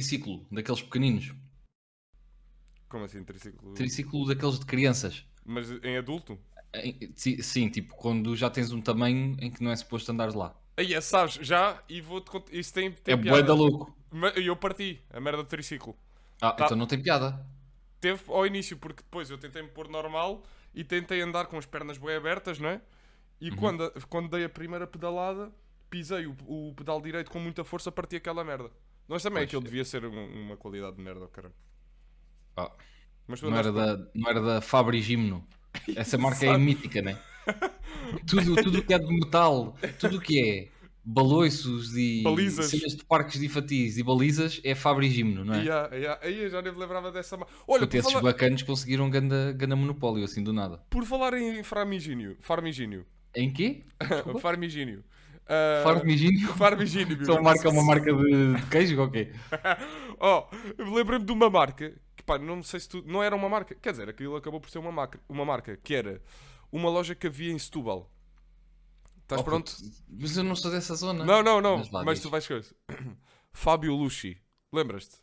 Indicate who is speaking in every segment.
Speaker 1: triciclo, daqueles pequeninos.
Speaker 2: Como assim, triciclo?
Speaker 1: Triciclo daqueles de crianças.
Speaker 2: Mas em adulto?
Speaker 1: Em- si- Sim, tipo, quando já tens um tamanho em que não é suposto andares lá.
Speaker 2: Aí, é, sabes, já, e vou-te contar. Isso tem, tem
Speaker 1: É
Speaker 2: piada.
Speaker 1: bué da louco.
Speaker 2: Ma- E eu parti, a merda do triciclo.
Speaker 1: Ah,
Speaker 2: Tá.
Speaker 1: então não tem piada.
Speaker 2: Teve ao início, porque depois eu tentei me pôr normal e tentei andar com as pernas bem abertas, não é? E
Speaker 1: Uhum.
Speaker 2: quando, a- quando dei a primeira pedalada, pisei o, o pedal direito com muita força, parti aquela merda. Nós também,
Speaker 1: Pois,
Speaker 2: aquilo
Speaker 1: é.
Speaker 2: devia ser um- uma qualidade de merda, oh, caramba.
Speaker 1: Ah,
Speaker 2: Mas tu
Speaker 1: não, era
Speaker 2: andaste...
Speaker 1: da, não era da Fabri Gimno. Essa marca é
Speaker 2: Exato.
Speaker 1: mítica, né? Tudo tudo o que é de metal, tudo o que é baloiços e
Speaker 2: Balizas.
Speaker 1: cenas de parques de infatiz e balizas é Fabri Gimno, não é?
Speaker 2: Ya, ya, Aí eu já nem me lembrava dessa. ma- Olha,
Speaker 1: Portanto,
Speaker 2: por
Speaker 1: esses
Speaker 2: falar,
Speaker 1: bacanos conseguiram ganda, ganda monopólio, assim, do nada.
Speaker 2: por falar em Farmigínio. Farmigínio.
Speaker 1: Em quê?
Speaker 2: Farmigínio. Ah,
Speaker 1: Farmigínio?
Speaker 2: Farmigínio.
Speaker 1: Só Então marca é uma marca de, de queijo ou quê?
Speaker 2: Oh, eu lembrei-me de uma marca que pá, não sei se tu. Não era uma marca. Quer dizer, aquilo acabou por ser uma marca, uma marca que era uma loja que havia em Setúbal. Estás
Speaker 1: Oh,
Speaker 2: pronto?
Speaker 1: puto, Mas eu não sou dessa zona.
Speaker 2: Não, não, não.
Speaker 1: Mas lá,
Speaker 2: Mas
Speaker 1: diz.
Speaker 2: tu vais com isso. Fábio Lucci. Lembras-te?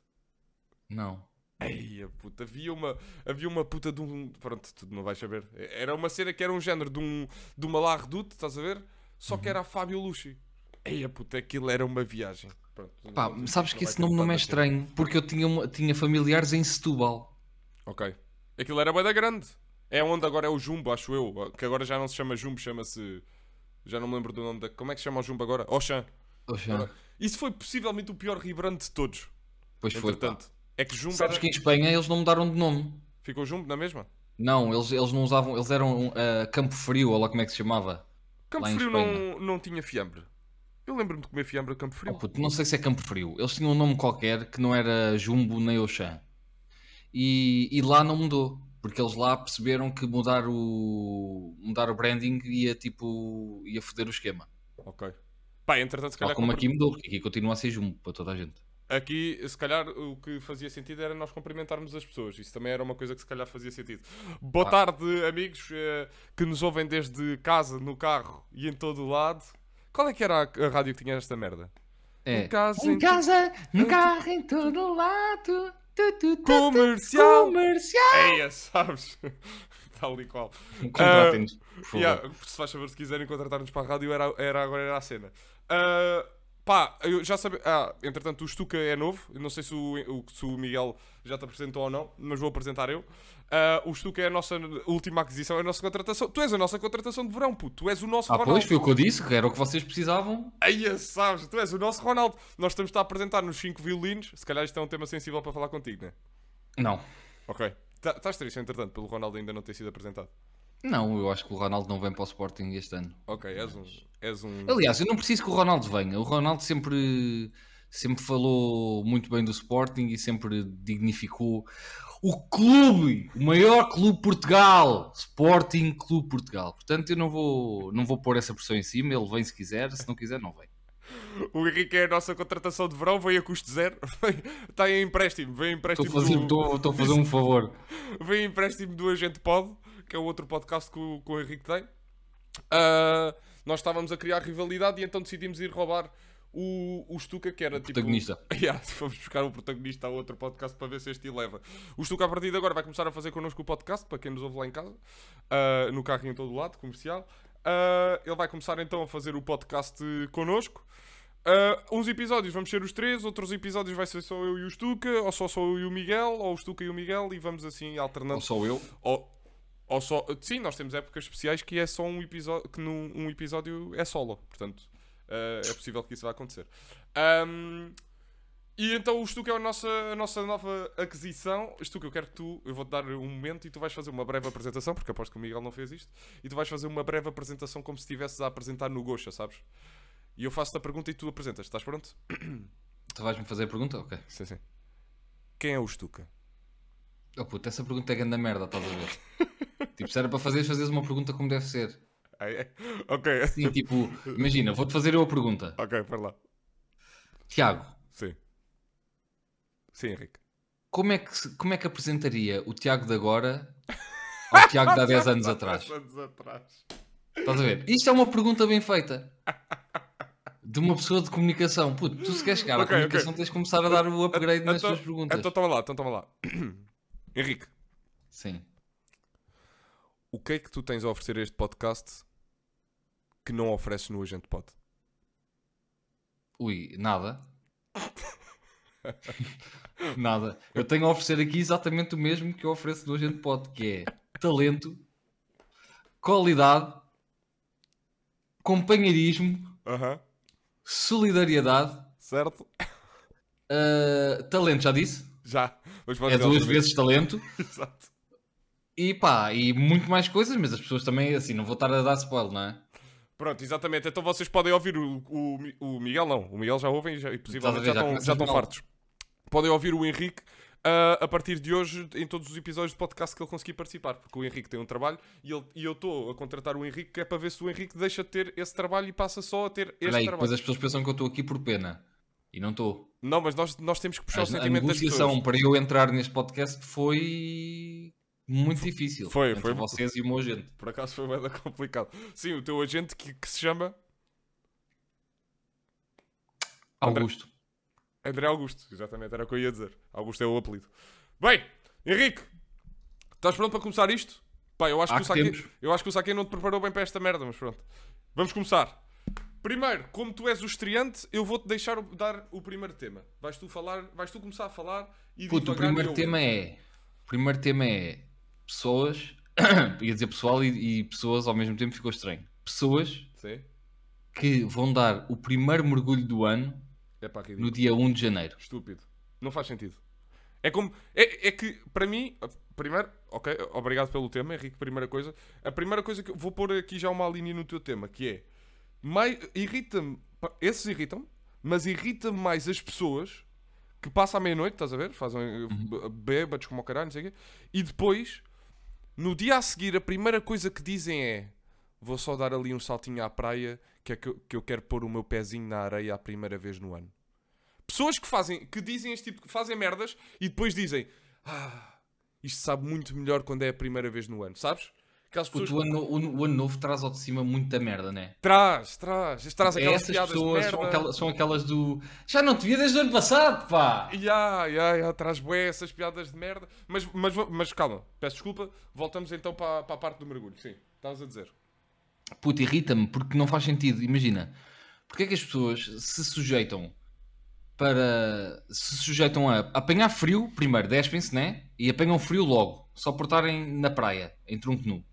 Speaker 1: Não.
Speaker 2: Ei, a puta, havia uma, havia uma puta de um. Pronto, tu não vais saber. Era uma cena que era um género de, um, de uma La Redoute, estás a ver? Só
Speaker 1: Uhum.
Speaker 2: que era a Fábio Lucci. Ei, a puta, aquilo era uma viagem. Pronto,
Speaker 1: Pá,
Speaker 2: não-
Speaker 1: sabes
Speaker 2: não
Speaker 1: que
Speaker 2: vai
Speaker 1: esse nome
Speaker 2: ter
Speaker 1: não me é
Speaker 2: tanta gente.
Speaker 1: estranho, porque eu tinha, uma- tinha familiares em Setúbal.
Speaker 2: Ok. Aquilo era bué da grande. É onde agora é o Jumbo, acho eu. Que agora já não se chama Jumbo, chama-se. Já não me lembro do nome da. Como é que se chama o Jumbo agora? Oxan.
Speaker 1: Oxã.
Speaker 2: Isso foi possivelmente o pior rebrand de todos.
Speaker 1: Pois foi. pá.
Speaker 2: Entretanto. É que Jumbo.
Speaker 1: Sabes
Speaker 2: era-
Speaker 1: que em Espanha eles não mudaram de nome.
Speaker 2: Ficou Jumbo na mesma?
Speaker 1: Não, eles, eles não usavam, eles eram ah, Campo Frio, ou lá como é que se chamava.
Speaker 2: Campo
Speaker 1: Lá em
Speaker 2: Frio
Speaker 1: Espanha.
Speaker 2: não, não tinha fiambre. Eu lembro-me de comer fiambre a Campo Frio.
Speaker 1: Oh, puto, não sei se é Campo Frio. Eles tinham um nome qualquer que não era Jumbo nem Oxã. E, e lá não mudou, porque eles lá perceberam que mudar o, mudar o branding ia tipo, ia foder o esquema.
Speaker 2: Ok. Pá, entretanto, se
Speaker 1: Tal
Speaker 2: calhar.
Speaker 1: como
Speaker 2: compre-
Speaker 1: aqui mudou, porque aqui continua a ser Jumbo para toda a gente.
Speaker 2: Aqui, se calhar, o que fazia sentido era nós cumprimentarmos as pessoas. Isso também era uma coisa que, se calhar, fazia sentido. Boa
Speaker 1: Ah.
Speaker 2: tarde, amigos eh, que nos ouvem desde casa, no carro e em todo o lado. Qual é que era a, a rádio que tinha esta merda?
Speaker 1: É.
Speaker 2: Em casa, em
Speaker 1: casa,
Speaker 2: no
Speaker 1: carro, em todo lado.
Speaker 2: comercial! Eia, sabes? Tal e qual.
Speaker 1: Contratem-nos, por favor.
Speaker 2: Ah, Yeah, se faz saber se quiserem contratar-nos para a rádio, era, era agora era a cena. Ah, pá, eu já sabia. Ah, entretanto, o Stuka é novo. Eu não sei se o, o- se o Miguel já te apresentou ou não, mas vou apresentar eu. Ah, o Stuka é a nossa última aquisição, é a nossa contratação. Tu és a nossa contratação de verão, puto. Tu és o nosso
Speaker 1: Ah,
Speaker 2: Ronaldo.
Speaker 1: pois, foi o que eu disse, que era o que vocês precisavam.
Speaker 2: Aí, sabes, tu és o nosso Ronaldo. Nós estamos a apresentar nos 5 violinos. Se calhar isto é um tema sensível para falar contigo, né?
Speaker 1: Não,
Speaker 2: Ok. Tá- Estás triste, entretanto, pelo Ronaldo ainda não ter sido apresentado.
Speaker 1: não, eu acho que o Ronaldo não vem para o Sporting este ano.
Speaker 2: Ok, és um. És um...
Speaker 1: Aliás, eu não preciso que o Ronaldo venha. O Ronaldo sempre, sempre falou muito bem do Sporting e sempre dignificou o clube, o maior clube de Portugal, Sporting Clube de Portugal. Portanto, eu não vou, não vou pôr essa pressão em cima. Ele vem se quiser, se não quiser, não vem.
Speaker 2: O Henrique é a nossa contratação de verão, veio a custo zero. Está em empréstimo, veio em
Speaker 1: Estou a
Speaker 2: empréstimo.
Speaker 1: fazer,
Speaker 2: tipo do-
Speaker 1: estou,
Speaker 2: tipo,
Speaker 1: estou a fazer um favor.
Speaker 2: Veio em empréstimo do Agente Pod, que é o outro podcast que o, que o Henrique tem. Ah, nós estávamos a criar rivalidade e então decidimos ir roubar o, o Stuka, que era tipo.
Speaker 1: Protagonista.
Speaker 2: Yeah, fomos buscar o protagonista a outro podcast para ver se este leva. O Stuka, a partir de agora, vai começar a fazer connosco o podcast, para quem nos ouve lá em casa, ah, no carro e em todo o lado, comercial. Ah, ele vai começar então a fazer o podcast eh, connosco. Ah, uns episódios vamos ser os três, outros episódios vai ser só eu e o Stuka, ou só só eu e o Miguel, ou o Stuka e o Miguel, e vamos assim alternando.
Speaker 1: Ou sou eu.
Speaker 2: Ou, ou só. Sim, nós temos épocas especiais que é só um episódio. que num um episódio é solo. Portanto, eh, é possível que isso vá acontecer. Ahm, e então o Stuka é a nossa, a nossa nova aquisição. Stuka, eu quero que tu. Eu vou-te dar um momento e tu vais fazer uma breve apresentação, porque aposto que o Miguel não fez isto. E tu vais fazer uma breve apresentação como se estivesses a apresentar no Goxa, sabes? E eu faço-te a pergunta e tu apresentas. Estás pronto?
Speaker 1: Tu vais-me fazer a pergunta? Ok.
Speaker 2: Sim, sim. Quem é o Stuka?
Speaker 1: Oh puto, essa pergunta é grande merda, estás a ver? tipo, se era para fazeres, fazeres uma pergunta como deve ser.
Speaker 2: Ah, é? Ok,
Speaker 1: Sim, tipo, imagina, vou-te fazer eu a pergunta.
Speaker 2: ok, para lá.
Speaker 1: Tiago,
Speaker 2: Sim. Sim, Henrique.
Speaker 1: como é que, se- como é que apresentaria o Tiago de agora ao Tiago de há 10 anos atrás?
Speaker 2: anos atrás.
Speaker 1: Estás a ver? Isto é uma pergunta bem feita. de uma pessoa de comunicação. Puto, tu se queres chegar
Speaker 2: Ok,
Speaker 1: à comunicação,
Speaker 2: ok.
Speaker 1: tens de começar a dar o upgrade nas
Speaker 2: Então-
Speaker 1: tuas perguntas.
Speaker 2: Então toma lá, então toma lá. Henrique,
Speaker 1: Sim.
Speaker 2: o que é que tu tens a oferecer a este podcast que não ofereces no Agente Pod?
Speaker 1: Ui, nada. nada. Eu tenho a oferecer aqui exatamente o mesmo que eu ofereço no Agente Pod, que é talento, qualidade, companheirismo,
Speaker 2: Aham,
Speaker 1: solidariedade,
Speaker 2: certo?
Speaker 1: ah, talento, já disse?
Speaker 2: Já. Mas podes
Speaker 1: É
Speaker 2: dizer outra
Speaker 1: duas
Speaker 2: vez.
Speaker 1: vezes talento.
Speaker 2: Exato.
Speaker 1: E pá, e muito mais coisas, mas as pessoas também, assim, não vou estar a dar spoiler, não é?
Speaker 2: Pronto, exatamente. Então vocês podem ouvir o, o, o Miguel, não. O Miguel já ouvem e, já- e
Speaker 1: a
Speaker 2: possivelmente
Speaker 1: ver,
Speaker 2: já
Speaker 1: já
Speaker 2: estão,
Speaker 1: começas
Speaker 2: já estão
Speaker 1: mal.
Speaker 2: fartos. Podem ouvir o Henrique ah, a partir de hoje em todos os episódios de podcast que ele conseguir participar, porque o Henrique tem um trabalho e, ele- e eu estou a contratar o Henrique que é para ver se o Henrique deixa de ter esse trabalho e passa só a ter este
Speaker 1: Espera aí, depois
Speaker 2: trabalho.
Speaker 1: as pessoas pensam que eu estou aqui por pena. E não estou.
Speaker 2: Não, mas nós, nós temos que puxar o
Speaker 1: Mas A
Speaker 2: sentimento das pessoas.
Speaker 1: negociação para eu entrar neste podcast foi muito difícil.
Speaker 2: foi-
Speaker 1: entre
Speaker 2: foi-
Speaker 1: vocês e o meu agente.
Speaker 2: Por acaso foi bem complicado. Sim, o teu agente que, que se chama André-
Speaker 1: Augusto.
Speaker 2: André Augusto, exatamente, era o que eu ia dizer. Augusto é o apelido. Bem, Henrique, estás pronto para começar isto? Pá, eu acho,
Speaker 1: Há
Speaker 2: que o
Speaker 1: que
Speaker 2: Saquê,
Speaker 1: tempos.
Speaker 2: eu acho que o Saquê não te preparou bem para esta merda, mas pronto. Vamos começar. Primeiro, como tu és o estreante, eu vou-te deixar o- dar o primeiro tema. Vais tu falar, vais tu começar a falar e
Speaker 1: Puto, o
Speaker 2: devagar
Speaker 1: primeiro
Speaker 2: eu-
Speaker 1: tema é. O primeiro tema é pessoas. ia dizer pessoal e, e pessoas ao mesmo tempo ficou estranho. Pessoas
Speaker 2: Sim.
Speaker 1: que vão dar o primeiro mergulho do ano
Speaker 2: É pá, ridículo.
Speaker 1: no dia 1 de janeiro.
Speaker 2: Estúpido. Não faz sentido. É como. É, é que, para mim, primeiro, ok, obrigado pelo tema, Henrique. Primeira coisa. A primeira coisa que eu vou pôr aqui já uma linha no teu tema, que é. Mai, irrita-me. pa- Esses irritam-me, mas irrita-me mais as pessoas que passam à meia-noite, estás a ver? Fazem
Speaker 1: Uhum.
Speaker 2: b- bêbados como o caralho, não sei o quê. E depois, no dia a seguir, a primeira coisa que dizem é. Vou só dar ali um saltinho à praia, que é que eu, que eu quero pôr o meu pezinho na areia a primeira vez no ano. Pessoas que fazem, que dizem este tipo, que fazem merdas e depois dizem Ah, isto sabe muito melhor quando é a primeira vez no ano, sabes? Aquelas pessoas
Speaker 1: Puto, o, ano, o- o ano novo traz ao de cima muita merda, né?
Speaker 2: traz, traz, eles trazem
Speaker 1: é?
Speaker 2: aquelas
Speaker 1: Essas
Speaker 2: piadas
Speaker 1: pessoas
Speaker 2: de
Speaker 1: são
Speaker 2: merda.
Speaker 1: aquelas, são aquelas do. Já não te via desde o ano passado, pá!
Speaker 2: Ya, ya, ya, traz bué essas piadas de merda. Mas, mas, mas calma, peço desculpa, voltamos então para, para a parte do mergulho. Sim, estás a dizer.
Speaker 1: Puto, irrita-me porque não faz sentido. Imagina, porque é que as pessoas se sujeitam para. se sujeitam a apanhar frio, primeiro despem-se, né? E apanham frio logo, só por estarem na praia, em tronco nu.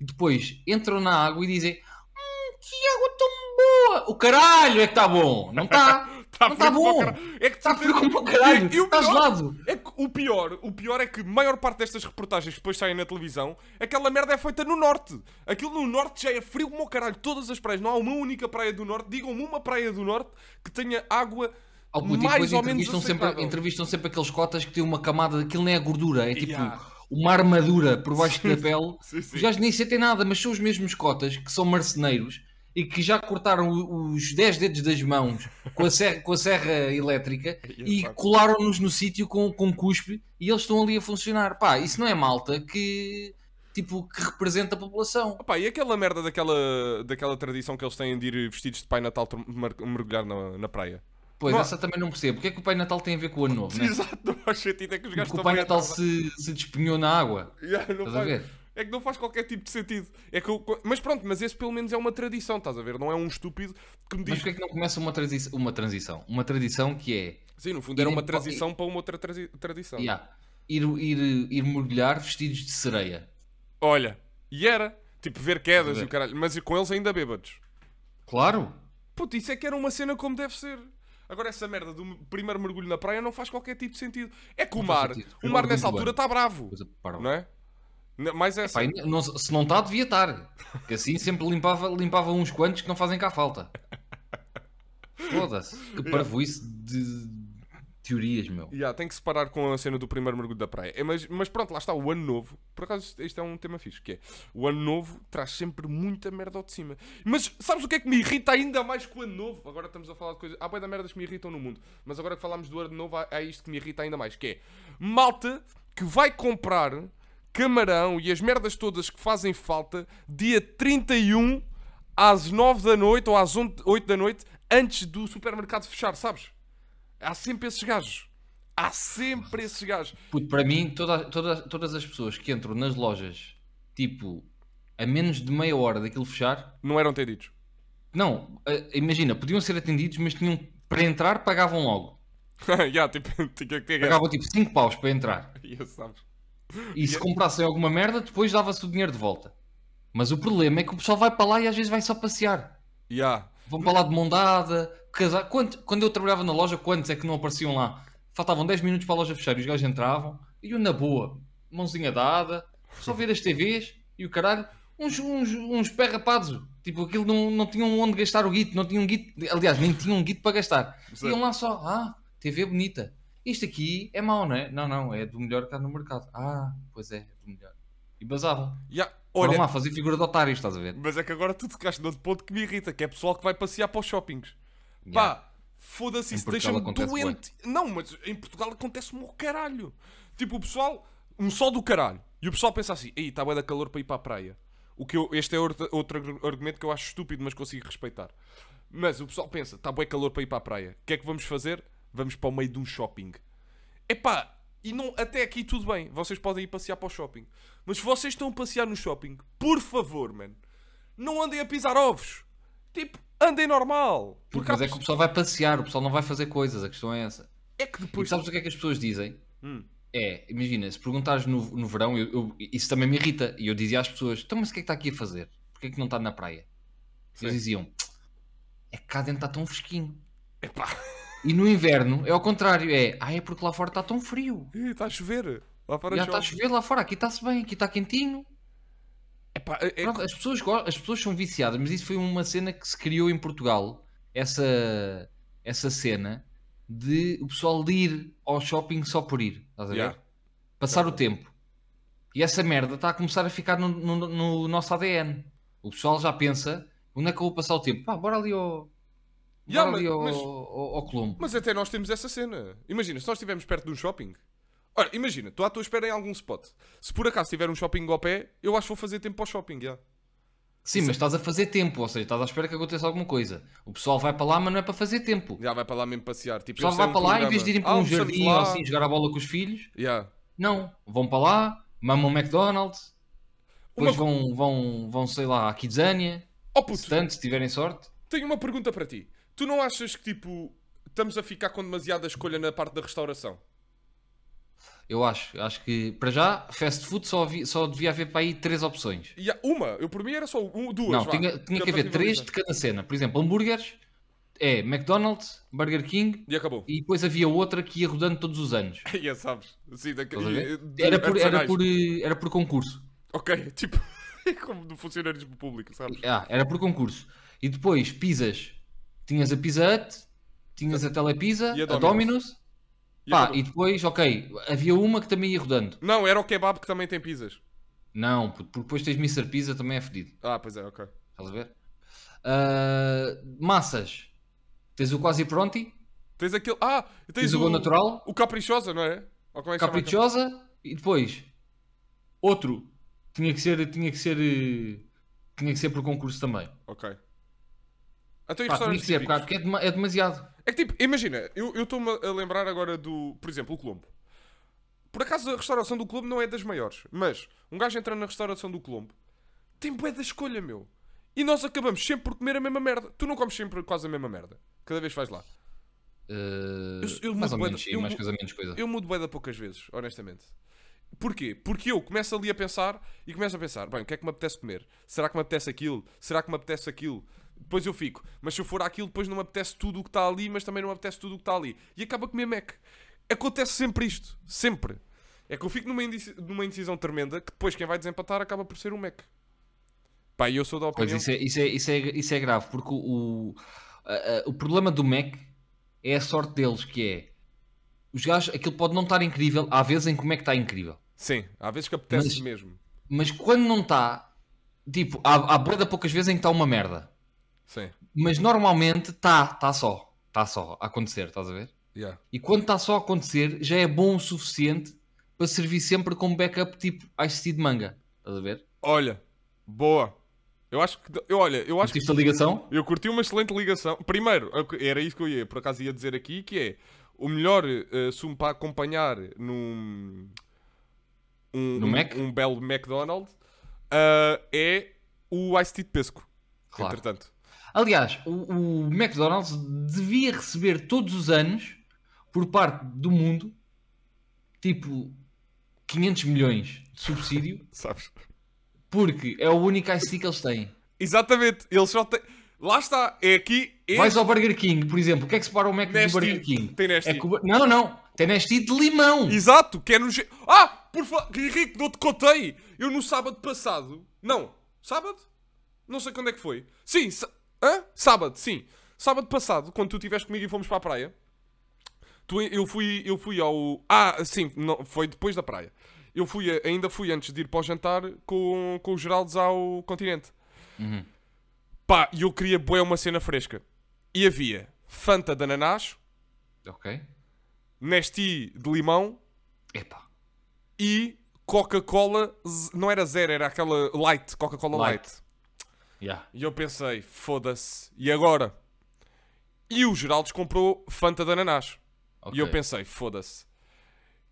Speaker 1: E depois entram na água e dizem: Hum, que água tão boa! O caralho é que está bom! Não está!
Speaker 2: Tá
Speaker 1: Não tá
Speaker 2: frio como
Speaker 1: bom.
Speaker 2: o caralho. É que
Speaker 1: Está
Speaker 2: tu-
Speaker 1: frio como o
Speaker 2: E-
Speaker 1: caralho!
Speaker 2: e o
Speaker 1: Está
Speaker 2: pior-
Speaker 1: gelado!
Speaker 2: É que o pior, o pior é que a maior parte destas reportagens que depois saem na televisão, aquela merda é feita no norte. Aquilo no norte já é frio como o caralho. Todas as praias, não há uma única praia do norte. Digam-me uma praia do norte que tenha água
Speaker 1: Ao puto, e
Speaker 2: mais
Speaker 1: depois
Speaker 2: ou menos
Speaker 1: entrevistam sempre,
Speaker 2: aceitável.
Speaker 1: entrevistam sempre aqueles cotas que têm uma camada, aquilo nem é gordura, é tipo
Speaker 2: Yeah.
Speaker 1: uma armadura por baixo da pele.
Speaker 2: sim, sim.
Speaker 1: Os gajos nem sentem nada, mas são os mesmos cotas que são marceneiros e que já cortaram o- os 10 dedos das mãos com a serra, com a serra elétrica e
Speaker 2: pá.
Speaker 1: colaram-nos no sítio com, com cuspe e eles estão ali a funcionar. Pá, isso não é malta que, tipo, que representa a população.
Speaker 2: Opa, e aquela merda daquela, daquela tradição que eles têm de ir vestidos de Pai Natal tr- mer- mergulhar na, na praia?
Speaker 1: Pois,
Speaker 2: Não-
Speaker 1: essa também não percebo. O que é que o Pai Natal tem a ver com o Ano Novo, né?
Speaker 2: Exato, não faz sentido. É que os gajos
Speaker 1: Porque o
Speaker 2: estão
Speaker 1: Pai
Speaker 2: bem
Speaker 1: Natal
Speaker 2: atrasados.
Speaker 1: se, se despenhou na água.
Speaker 2: Yeah, não
Speaker 1: Estás a
Speaker 2: faz-
Speaker 1: ver?
Speaker 2: É que não faz qualquer tipo de sentido. É que eu- Mas pronto, mas esse pelo menos é uma tradição, estás a ver? Não é um estúpido que me diz
Speaker 1: Mas porquê é que não começa uma, transi- uma transição? Uma transição que é
Speaker 2: Sim, no fundo era uma
Speaker 1: Irem-
Speaker 2: transição para uma outra transi- tradição.
Speaker 1: yeah, ir, ir, ir mergulhar vestidos de sereia.
Speaker 2: Olha, e era. Tipo, ver
Speaker 1: Estás a
Speaker 2: quedas e
Speaker 1: ver?
Speaker 2: o caralho. Mas com eles ainda bêbados.
Speaker 1: Claro!
Speaker 2: Puto, isso é que era uma cena como deve ser. Agora essa merda do m- primeiro mergulho na praia não faz qualquer tipo de sentido. É que o
Speaker 1: Não faz
Speaker 2: mar,
Speaker 1: sentido.
Speaker 2: o
Speaker 1: Primeiro
Speaker 2: mar
Speaker 1: mergulho
Speaker 2: nessa
Speaker 1: do
Speaker 2: altura
Speaker 1: ano.
Speaker 2: está bravo.
Speaker 1: Coisa parva.
Speaker 2: Não é? N- Mais essa.
Speaker 1: Pá, e não- se não está, devia estar. Porque assim sempre limpava, limpava uns quantos que não fazem cá falta. Foda-se. Que parvoíce de teorias, meu.
Speaker 2: Ya, tem que separar com a cena do primeiro mergulho da praia. É, mas, mas pronto, lá está, o ano novo. Por acaso, isto- isto é um tema fixe, que é... O ano novo traz sempre muita merda ao de cima. Mas sabes o que é que me irrita ainda mais que o ano novo? Agora estamos a falar de coisas... Há bem da merdas que me irritam no mundo. Mas agora que falámos do ano novo, há, há isto que me irrita ainda mais, que é... Malta que vai comprar camarão e as merdas todas que fazem um falta dia 31 às 9 da noite ou às 11 8 da noite antes do supermercado fechar, sabes? Há sempre esses gajos. Há sempre esses gajos.
Speaker 1: Puto, para mim, toda- toda- todas as pessoas que entram nas lojas, tipo, a menos de meia hora daquilo fechar,
Speaker 2: Não eram atendidos.
Speaker 1: não, eh, imagina, podiam ser atendidos, mas tinham, para entrar, pagavam logo.
Speaker 2: yeah, tipo, tinha que ter gajo.
Speaker 1: Pagavam tipo 5 paus para entrar.
Speaker 2: Yeah, sabes?
Speaker 1: E se comprassem alguma merda, depois dava-se o dinheiro de volta. Mas o problema é que o pessoal vai para lá e às vezes vai só passear.
Speaker 2: Yeah.
Speaker 1: Vão para lá de mondada, casar. Quanto- quando eu trabalhava na loja, quantos é que não apareciam lá? Faltavam 10 minutos para a loja fechar e os gajos entravam. E eu, na boa, mãozinha dada, só ver as TVs e o caralho, uns, uns, uns pé rapado. Tipo, aquilo não, não tinham onde gastar o guito, não tinham guito. Aliás, nem tinham guito para gastar.
Speaker 2: Sim.
Speaker 1: Iam lá só, ah, TV bonita. Isto aqui é mau, não é? Não, não, é do melhor que está no mercado. Ah, pois é, é do melhor. E basavam.
Speaker 2: Yeah.
Speaker 1: Foram
Speaker 2: Olha,
Speaker 1: lá fazer figura de otários, estás a ver?
Speaker 2: Mas é que agora tu tocaste no outro ponto que me irrita, que é pessoal que vai passear para os shoppings.
Speaker 1: Yeah.
Speaker 2: Pá, foda-se,
Speaker 1: Em
Speaker 2: isso
Speaker 1: Portugal
Speaker 2: deixa-me
Speaker 1: acontece bué.
Speaker 2: doente. Não, mas em Portugal acontece-me o caralho. Tipo, o pessoal, um sol do caralho. E o pessoal pensa assim, ei, está bem da calor para ir para a praia. O que eu- este é outro, outro argu- argumento que eu acho estúpido, mas consigo respeitar. Mas o pessoal pensa, está bem calor para ir para a praia. O que é que vamos fazer? Vamos para o meio de um shopping. Epá, e não, até aqui tudo bem. Vocês podem ir passear para o shopping. Mas vocês estão a passear no shopping. Por favor, mano. Não andem a pisar ovos. Tipo, andem normal. Porque
Speaker 1: Mas
Speaker 2: há
Speaker 1: é que o pessoal
Speaker 2: pessoas-
Speaker 1: vai passear, o pessoal não vai fazer coisas, a questão é essa.
Speaker 2: é que
Speaker 1: E
Speaker 2: depois...
Speaker 1: sabes o que é que as pessoas dizem?
Speaker 2: Hum.
Speaker 1: É, imagina, se perguntares no, no verão, eu- eu- isso também me irrita. E eu dizia às pessoas: então, mas o que é que está aqui a fazer? Porquê é que não está na praia?
Speaker 2: Sim.
Speaker 1: Eles diziam: é que cá dentro está tão fresquinho.
Speaker 2: Epá.
Speaker 1: E no inverno é ao contrário: é, ah, é porque lá fora está tão frio.
Speaker 2: Ih, Está a chover. Lá fora
Speaker 1: Já está
Speaker 2: chove.
Speaker 1: a chover lá fora, aqui está-se bem, aqui está quentinho.
Speaker 2: Epá, é- é-
Speaker 1: Pronto, as, pessoas go- as pessoas são viciadas, mas isso foi uma cena que se criou em Portugal. Essa, essa cena de o pessoal ir ao shopping só por ir. Estás a ver?
Speaker 2: Yeah.
Speaker 1: Passar o tempo. E essa merda está a começar a ficar no, no- no nosso ADN. O pessoal já pensa onde é que eu vou passar o tempo. Pá, bora ali ao.
Speaker 2: Yeah,
Speaker 1: bora ali
Speaker 2: mas-
Speaker 1: ao,
Speaker 2: mas-
Speaker 1: ao- ao Colombo.
Speaker 2: Mas até nós temos essa cena. Imagina, se nós estivermos perto de um shopping. Ora, imagina, estou à tua espera em algum spot. Se por acaso tiver um shopping ao pé, eu acho que vou fazer tempo para o shopping. já.
Speaker 1: Sim, mas
Speaker 2: é
Speaker 1: estás a fazer tempo, ou seja, estás à espera que aconteça alguma coisa. O pessoal vai para lá, mas não é para fazer tempo.
Speaker 2: Já vai para lá mesmo passear.
Speaker 1: O
Speaker 2: Tipo,
Speaker 1: pessoal
Speaker 2: eles
Speaker 1: vai
Speaker 2: têm
Speaker 1: para lá em vez de irem para
Speaker 2: programa.
Speaker 1: um
Speaker 2: Almoçamos
Speaker 1: jardim
Speaker 2: lá.
Speaker 1: ou assim jogar a bola com os filhos.
Speaker 2: Já.
Speaker 1: Não, vão para lá, mamam McDonald's,
Speaker 2: Uma-
Speaker 1: depois vão, vão, vão, sei lá, à Kidzania,
Speaker 2: Oh puto,
Speaker 1: se tanto, se tiverem sorte.
Speaker 2: tenho uma pergunta para ti. Tu não achas que tipo estamos a ficar com demasiada escolha na parte da restauração?
Speaker 1: Eu acho, acho que para já, fast food só, havia- só devia haver para aí três opções.
Speaker 2: E há uma, eu por mim era só um, duas.
Speaker 1: Não,
Speaker 2: vá.
Speaker 1: tinha, tinha
Speaker 2: Já
Speaker 1: que
Speaker 2: para
Speaker 1: haver três
Speaker 2: rivalizar.
Speaker 1: de cada cena. Por exemplo, hambúrgueres, é McDonald's, Burger King
Speaker 2: E acabou.
Speaker 1: e depois havia outra que ia rodando todos os anos.
Speaker 2: Já sabes. Sim, da... eh,
Speaker 1: Estás a ver?
Speaker 2: de-
Speaker 1: Era por, era,
Speaker 2: artesanais.
Speaker 1: por, eh, era por concurso.
Speaker 2: Ok, tipo, é como do funcionarismo público, sabes?
Speaker 1: Ah, era por concurso. E depois, pizzas. Tinhas a Pizza Hut, tinhas a Telepizza,
Speaker 2: E a
Speaker 1: a
Speaker 2: Domino's.
Speaker 1: Domino's.
Speaker 2: E
Speaker 1: Pá,
Speaker 2: acabou.
Speaker 1: e depois, ok, havia uma que também ia rodando.
Speaker 2: Não, era o kebab que também tem pizzas.
Speaker 1: Não, puto, porque depois tens Mr. Pizza, também é fedido.
Speaker 2: Ah, pois é, ok.
Speaker 1: Estás a ver? Ah, massas. Tens o quase pronti,
Speaker 2: Tens aquele. Ah, tens,
Speaker 1: tens o bom natural,
Speaker 2: O caprichosa, não é? Ou como é que chama aquele?
Speaker 1: caprichosa e depois outro. Tinha que ser, tinha que ser, eh, tinha que ser por concurso também.
Speaker 2: Ok.
Speaker 1: Pá,
Speaker 2: Então, e
Speaker 1: tinha
Speaker 2: restaurantes
Speaker 1: que ser, pá,
Speaker 2: típicos?
Speaker 1: porque é, dema- é demasiado.
Speaker 2: É que tipo, imagina, eu eu estou-me a lembrar agora do, por exemplo, o Colombo. Por acaso a restauração do Colombo não é das maiores, mas um gajo entra na restauração do Colombo, tem bué da escolha, meu. E nós acabamos sempre por comer a mesma merda. Tu não comes sempre quase a mesma merda. Cada vez vais lá.
Speaker 1: Eh,
Speaker 2: Eu- eu
Speaker 1: mais
Speaker 2: mudo
Speaker 1: ou
Speaker 2: bué
Speaker 1: menos,
Speaker 2: de-
Speaker 1: sim,
Speaker 2: eu
Speaker 1: mais
Speaker 2: mu-
Speaker 1: coisa, menos coisa.
Speaker 2: Eu mudo bué da poucas vezes, honestamente. Porquê? Porque eu começo ali a pensar e começo a pensar, bem, o que é que me apetece comer? Será que me apetece aquilo? Será que me apetece aquilo? Depois eu fico, mas se eu for àquilo, depois não me apetece tudo o que está ali, mas também não me apetece tudo o que está ali. E acaba a comer Mac. Acontece sempre isto. Sempre. É que eu fico numa, indici- numa indecisão tremenda que depois quem vai desempatar acaba por ser o Mac. Pá, e eu sou da
Speaker 1: Pois,
Speaker 2: opinião.
Speaker 1: isso é, isso, é, isso, é, isso é grave, porque o, o, a- a- o problema do Mac é a sorte deles, que é os gajos, aquilo pode não estar incrível, há vezes em que o Mac está incrível,
Speaker 2: Sim, há vezes que apetece
Speaker 1: Mas-
Speaker 2: mesmo.
Speaker 1: mas quando não está, tipo, há, há bué da poucas vezes em que está uma merda,
Speaker 2: Sim.
Speaker 1: mas normalmente está, está só, está só a acontecer, estás a ver?
Speaker 2: Yeah.
Speaker 1: E quando está só a acontecer, já é bom o suficiente para servir sempre como backup, tipo Ice Tea de manga, estás a ver?
Speaker 2: Olha, boa. Eu acho que. Eu, olha, eu acho
Speaker 1: Tiveste a Tipo ligação?
Speaker 2: Eu curti uma excelente ligação. Primeiro, eu- era isso que eu ia, por acaso ia dizer aqui, que é o melhor eh, sumo para acompanhar num. Um,
Speaker 1: No
Speaker 2: um,
Speaker 1: Mac?
Speaker 2: um belo McDonald's ah, é o Ice de Pesco.
Speaker 1: Claro.
Speaker 2: Entretanto.
Speaker 1: Aliás, o, o McDonald's devia receber todos os anos, por parte do mundo, tipo 500 milhões de subsídio,
Speaker 2: Sabes?
Speaker 1: porque é o único ICT que eles têm.
Speaker 2: Exatamente. Eles só têm. Lá está. É aqui. este-
Speaker 1: Vais ao Burger King, por exemplo, o que é que separa o Mac do
Speaker 2: Neste-
Speaker 1: Burger King?
Speaker 2: tem neste.
Speaker 1: É que o- Não, não, tem neste de limão.
Speaker 2: Exato, que é no. G- Ah! Por fa... Henrique, não te contei! Eu no sábado passado. Não, sábado? Não sei quando é que foi. Sim, sa- hã? sábado, sim. Sábado passado, quando tu estiveste comigo e fomos para a praia, tu, eu, fui, eu fui ao. Ah, sim, não, foi depois da praia. Eu fui, a- ainda fui antes de ir para o jantar com, com o Geraldes ao continente. Pá, e eu queria boé uma cena fresca. E havia Fanta de ananás,
Speaker 1: Ok.
Speaker 2: Nesti de limão
Speaker 1: Epá.
Speaker 2: e Coca-Cola, z- não era zero, era aquela light, Coca-Cola light.
Speaker 1: Light. Yeah.
Speaker 2: E eu pensei, foda-se, e agora? E o Geraldes comprou Fanta de ananás.
Speaker 1: ok.
Speaker 2: E eu pensei, foda-se,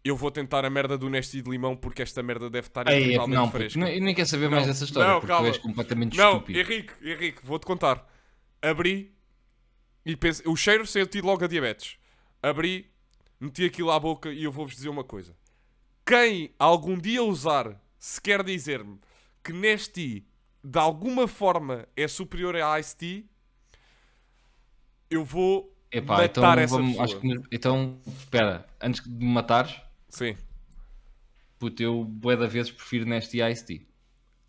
Speaker 2: eu vou tentar a merda do Nesti de limão porque esta merda deve estar
Speaker 1: Ei,
Speaker 2: é totalmente
Speaker 1: não,
Speaker 2: fresca.
Speaker 1: não, eu nem quero saber mais dessa história,
Speaker 2: não,
Speaker 1: porque
Speaker 2: calma.
Speaker 1: tu és completamente
Speaker 2: Não, é
Speaker 1: estúpido.
Speaker 2: Henrique, Henrique, vou-te contar. Abri e pensei, o cheiro senti logo a diabetes. Abri, meti aquilo à boca e eu vou-vos dizer uma coisa. Quem algum dia usar, se quer dizer-me que Nesti de alguma forma é superior a Ice Tea, eu vou
Speaker 1: Epá, então,
Speaker 2: matar essa
Speaker 1: vamos,
Speaker 2: pessoa.
Speaker 1: acho que- então, espera, antes de me matares,
Speaker 2: Sim.
Speaker 1: puto, eu bué da vezes prefiro neste IST.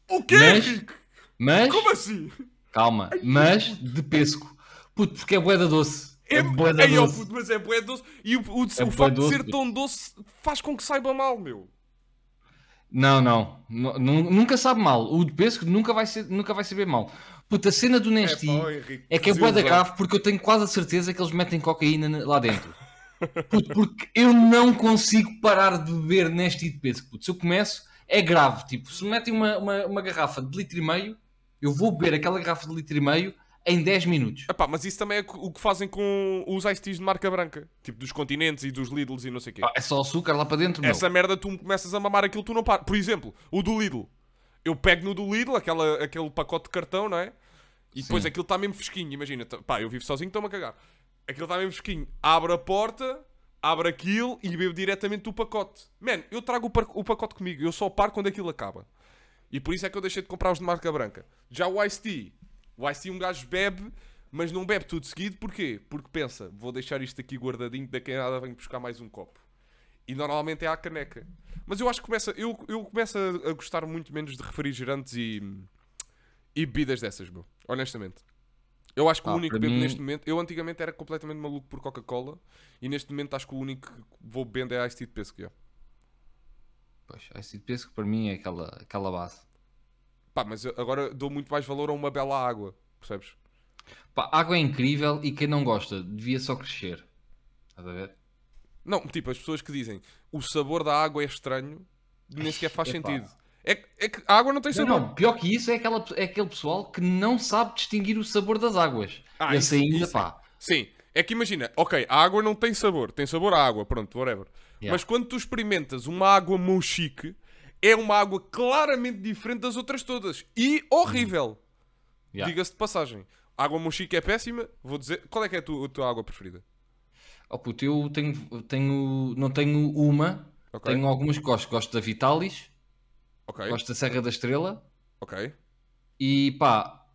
Speaker 2: O quê?
Speaker 1: Mas-
Speaker 2: Henrique?
Speaker 1: Mas,
Speaker 2: Como assim?
Speaker 1: calma, mas de pesco. Puto, porque é bué da doce. É, bué da
Speaker 2: Ei, ó,
Speaker 1: doce.
Speaker 2: puto, mas é bué doce. E o, o- o
Speaker 1: bué
Speaker 2: facto
Speaker 1: doce,
Speaker 2: de ser
Speaker 1: puto.
Speaker 2: tão doce faz com que saiba mal, meu.
Speaker 1: Não, não, Nu- nu- Nunca sabe mal. O de pesco nunca vai, ser, nunca vai saber mal. Puto, a cena do Nesti
Speaker 2: pá, ó, Henrique,
Speaker 1: é que é bué da
Speaker 2: desilusão.
Speaker 1: grave porque eu tenho quase a certeza que eles metem cocaína na- lá dentro. Puto, porque eu não consigo parar de beber Nesti de pesco. Puto, se eu começo, é grave. Tipo, se metem uma, uma, uma garrafa de litro e meio, eu vou beber aquela garrafa de litro e meio em 10 minutos.
Speaker 2: Epá, mas isso também é o que fazem com os ice teas de marca branca. Tipo, dos continentes e dos Lidls e não sei o quê.
Speaker 1: Pá, É só açúcar lá para dentro, meu.
Speaker 2: Essa merda, tu começas a mamar aquilo, tu não paras. Por exemplo, o do Lidl. Eu pego no do Lidl, aquela, aquele pacote de cartão, não é? E depois
Speaker 1: Sim.
Speaker 2: aquilo está mesmo fresquinho. Imagina, tá- pá, eu vivo sozinho, estou-me a cagar. Aquilo está mesmo fresquinho. Abro a porta, abro aquilo e bebo diretamente do pacote. Mano, eu trago o, par- o pacote comigo. Eu só paro quando aquilo acaba. E por isso é que eu deixei de comprar os de marca branca. Já o Ice Tea. O Ice Tea um gajo bebe, mas não bebe tudo seguido. Porquê? Porque pensa, vou deixar isto aqui guardadinho, daqui a nada venho buscar mais um copo. E normalmente é à caneca. Mas eu acho que começa, eu, eu começo a, a gostar muito menos de refrigerantes e, e bebidas dessas, meu. Honestamente. Eu acho que o
Speaker 1: Ah,
Speaker 2: único que
Speaker 1: para
Speaker 2: bebo
Speaker 1: mim-
Speaker 2: neste momento. Eu antigamente era completamente maluco por Coca-Cola. E neste momento acho que o único que vou bebendo é Ice Tea de Pesco. já.
Speaker 1: Pois, esse de pesco para mim é aquela, aquela base.
Speaker 2: Pá, mas eu agora dou muito mais valor a uma bela água. Percebes?
Speaker 1: Pá, água é incrível e quem não gosta devia só crescer. Estás a ver?
Speaker 2: Não, tipo, as pessoas que dizem o sabor da água é estranho, nem sequer faz
Speaker 1: epá.
Speaker 2: sentido. É, que- é que a água não tem
Speaker 1: Não,
Speaker 2: sabor.
Speaker 1: não, pior que isso é, aquela, é aquele pessoal que não sabe distinguir o sabor das águas.
Speaker 2: Ah,
Speaker 1: Esse
Speaker 2: isso-
Speaker 1: ainda,
Speaker 2: isso-
Speaker 1: pá.
Speaker 2: Sim, é que imagina, ok, a água não tem sabor, tem sabor à água, pronto, whatever.
Speaker 1: Yeah.
Speaker 2: Mas quando tu experimentas uma água mochique, é uma água claramente diferente das outras todas e horrível.
Speaker 1: Uhum. Yeah.
Speaker 2: Diga-se de passagem. A água mochique é péssima, vou dizer. Qual é que é a tua, a tua água preferida?
Speaker 1: Oh, puto, eu tenho, tenho, não tenho uma,
Speaker 2: Ok.
Speaker 1: tenho algumas que gosto. Gosto da Vitalis,
Speaker 2: Ok,
Speaker 1: gosto da Serra da Estrela
Speaker 2: ok.
Speaker 1: e pá,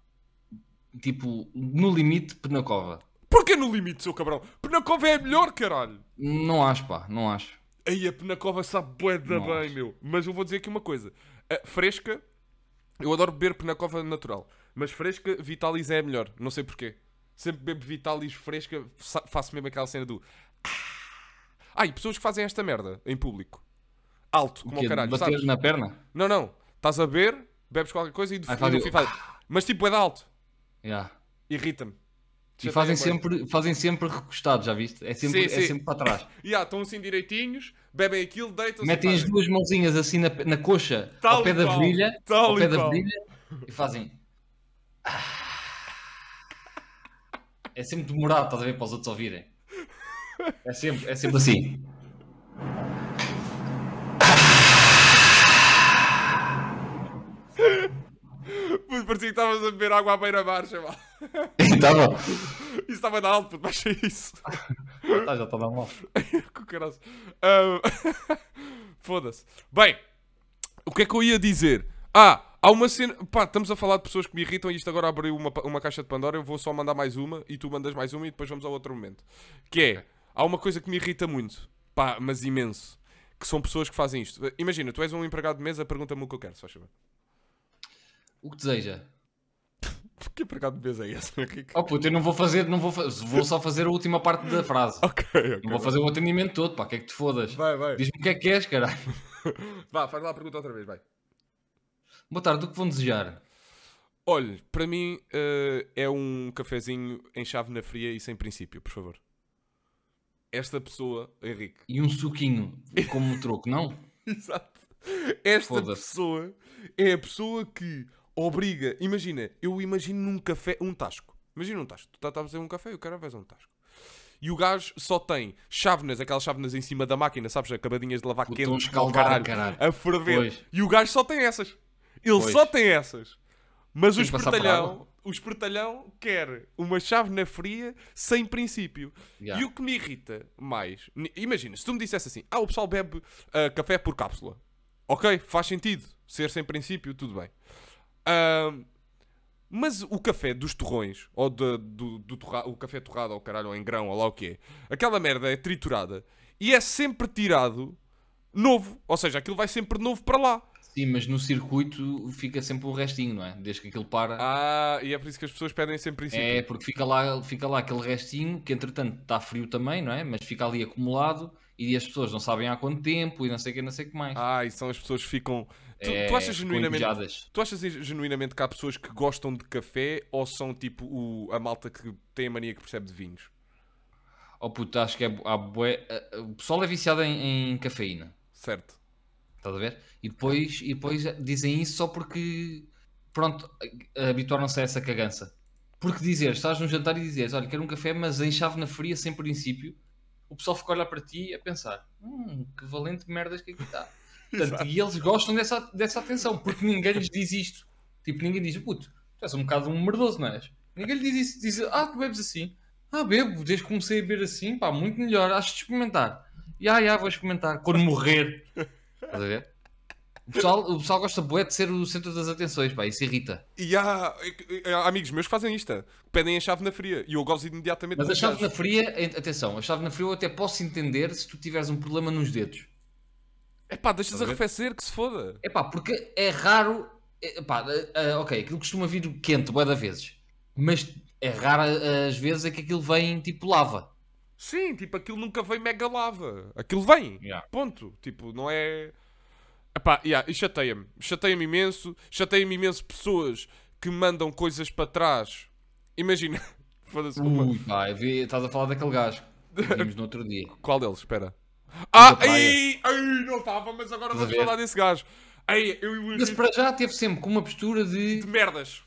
Speaker 1: tipo, no limite, Penacova.
Speaker 2: Porquê no limite, seu cabrão? Penacova é a melhor, caralho!
Speaker 1: Não acho, pá, não acho.
Speaker 2: Aí a Penacova sabe bué da
Speaker 1: Nossa.
Speaker 2: bem, meu. Mas eu vou dizer aqui uma coisa. A fresca, eu adoro beber Penacova natural. Mas fresca, Vitalis é a melhor. Não sei porquê. Sempre bebo Vitalis fresca, sa- faço mesmo aquela cena do... Ah, e pessoas que fazem esta merda em público. Alto, como
Speaker 1: Que
Speaker 2: o
Speaker 1: é de
Speaker 2: caralho,
Speaker 1: bater
Speaker 2: sabes?
Speaker 1: na perna?
Speaker 2: Não, não. Estás a beber, bebes qualquer coisa e de
Speaker 1: Ah,
Speaker 2: e no
Speaker 1: fazem-
Speaker 2: fim faz... Mas tipo, é de alto.
Speaker 1: Yeah.
Speaker 2: Irrita-me.
Speaker 1: E
Speaker 2: Já
Speaker 1: fazem
Speaker 2: tenho agora.
Speaker 1: sempre, fazem sempre recostados, já viste? É sempre,
Speaker 2: Sim,
Speaker 1: é
Speaker 2: sim.
Speaker 1: sempre para trás.
Speaker 2: E ah, estão assim direitinhos, bebem aquilo, deitam-se... e
Speaker 1: Metem as
Speaker 2: fazem.
Speaker 1: duas mãozinhas assim na, na coxa,
Speaker 2: Tal
Speaker 1: ao pé
Speaker 2: e
Speaker 1: da
Speaker 2: qual.
Speaker 1: virilha,
Speaker 2: Tal
Speaker 1: ao pé
Speaker 2: e
Speaker 1: da
Speaker 2: qual.
Speaker 1: virilha e fazem. Ah! É sempre demorado, estás a ver, para os outros ouvirem. É sempre, é sempre assim.
Speaker 2: Puto, parecia que estavas a beber água à beira-mar, chaval.
Speaker 1: Então,
Speaker 2: Isso estava na alta, puto, baixa isso.
Speaker 1: tá, já está a dar mal.
Speaker 2: Com caralho. Ahm, Foda-se. Bem, o que é que eu ia dizer? Ah, há uma cena. Pá, estamos a falar de pessoas que me irritam e isto agora abriu uma, pa- uma caixa de Pandora. Eu vou só mandar mais uma e tu mandas mais uma e depois vamos ao outro momento. Que é, há uma coisa que me irrita muito. Pá, mas imenso. Que são pessoas que fazem isto. Imagina, tu és um empregado de mesa, pergunta-me o que eu quero, se faz favor.
Speaker 1: O que deseja?
Speaker 2: Que empregado de mesa é esse, Henrique?
Speaker 1: Oh puto, eu não vou fazer, não vou, fa- vou só fazer a última parte da frase.
Speaker 2: Ok, ok.
Speaker 1: Não vou fazer o atendimento todo, pá, que é que te fodas?
Speaker 2: Vai, vai.
Speaker 1: Diz-me o que é que queres, caralho.
Speaker 2: Vá, faz lá a pergunta outra vez, vai.
Speaker 1: Boa tarde, o que vão desejar?
Speaker 2: Olha, para mim eh, é um cafezinho em chave na fria e sem princípio, por favor. Esta pessoa, Henrique.
Speaker 1: E um suquinho, como um troco, não?
Speaker 2: Exato. Esta
Speaker 1: Foda-se.
Speaker 2: pessoa é a pessoa que obriga. Imagina, eu imagino num café, um tasco. Imagina um tasco. Tu estás a fazer um café e o cara faz um tasco. E o gajo só tem chávenas, aquelas chávenas em cima da máquina, sabes? Acabadinhas de lavar
Speaker 1: Puto,
Speaker 2: quente,
Speaker 1: estão a
Speaker 2: ao
Speaker 1: escaldar, caralho.
Speaker 2: a ferver.
Speaker 1: Pois.
Speaker 2: E o gajo só tem essas. Ele
Speaker 1: Pois.
Speaker 2: só tem essas. Mas o
Speaker 1: Tem que passar por
Speaker 2: espertalhão,
Speaker 1: água.
Speaker 2: o espertalhão quer uma chave na fria sem princípio.
Speaker 1: Yeah.
Speaker 2: E o que me irrita mais, ni- imagina, se tu me dissesse assim, ah, o pessoal bebe ah, café por cápsula. Ok, faz sentido. Ser sem princípio, tudo bem. Ahm, mas o café dos torrões, ou de- do, do torra- o café torrado, ou caralho, ou em grão, ou lá o que é, aquela merda é triturada e é sempre tirado novo. Ou seja, aquilo vai sempre novo para lá.
Speaker 1: Sim, mas no circuito fica sempre um restinho, não é? Desde que aquilo para.
Speaker 2: Ah, e é por isso que as pessoas pedem sempre princípio.
Speaker 1: É, porque fica lá, fica lá aquele restinho que entretanto está frio também, não é? Mas fica ali acumulado e as pessoas não sabem há quanto tempo e não sei o que, não sei o que mais.
Speaker 2: Ah, e são as pessoas que ficam. Tu,
Speaker 1: É,
Speaker 2: tu achas
Speaker 1: ficam
Speaker 2: genuinamente.
Speaker 1: invejadas.
Speaker 2: Tu achas genuinamente que há pessoas que gostam de café ou são tipo o- a malta que tem a mania que percebe de vinhos?
Speaker 1: Oh puto, acho que é, há bué- eh, o pessoal é viciado em, em cafeína,
Speaker 2: Certo.
Speaker 1: estás a ver? E depois, e depois dizem isso só porque, pronto, eh, habituaram-se a essa cagança. Porque dizer, estás num jantar e dizeres, olha, quero um café, mas em chave na fria, sem princípio, o pessoal fica a olhar para ti a pensar, hum, que valente merdas que aqui está. Portanto, e eles gostam dessa, dessa atenção, porque ninguém lhes diz isto. Tipo, ninguém diz, puto, tu és um bocado um merdoso, não és? Ninguém lhe diz isso, diz, ah, tu bebes assim. Ah, bebo, desde que comecei a beber assim, pá, muito melhor, acho de experimentar. E ah, já, vou experimentar, quando morrer. Estás a ver? O pessoal, o pessoal gosta bué de ser o centro das atenções, pá, isso irrita.
Speaker 2: E há, é- é- há amigos meus que fazem isto, que pedem a chave na fria e eu gosto imediatamente
Speaker 1: Mas a
Speaker 2: dos
Speaker 1: chave na
Speaker 2: gajos.
Speaker 1: fria, eh, atenção, a chave na fria eu até posso entender se tu tiveres um problema nos dedos.
Speaker 2: É pá, deixas
Speaker 1: Estás a ver?
Speaker 2: arrefecer, que se foda.
Speaker 1: É pá, porque é raro. É, pá, eh, eh, ok, aquilo costuma vir quente, bué da vezes. Mas é raro eh, as vezes é que aquilo vem tipo lava.
Speaker 2: Sim, tipo, aquilo nunca vem mega lava. Aquilo vem.
Speaker 1: Yeah.
Speaker 2: Ponto. Tipo, não é. Epá, yeah, e chateia-me. Chateia-me imenso. Chateia-me imenso pessoas que mandam coisas para trás. Imagina. Foda-se. uma-
Speaker 1: Ui, pá, eu vi- estás a falar daquele gajo. que Vimos no outro dia.
Speaker 2: Qual deles? Espera. Ah,
Speaker 1: praia.
Speaker 2: ai, ai, não estava, mas agora
Speaker 1: Estás a
Speaker 2: vamos
Speaker 1: ver?
Speaker 2: falar desse gajo. Ai, eu e o
Speaker 1: Mas
Speaker 2: Henrique
Speaker 1: para já teve sempre com uma postura de.
Speaker 2: de merdas.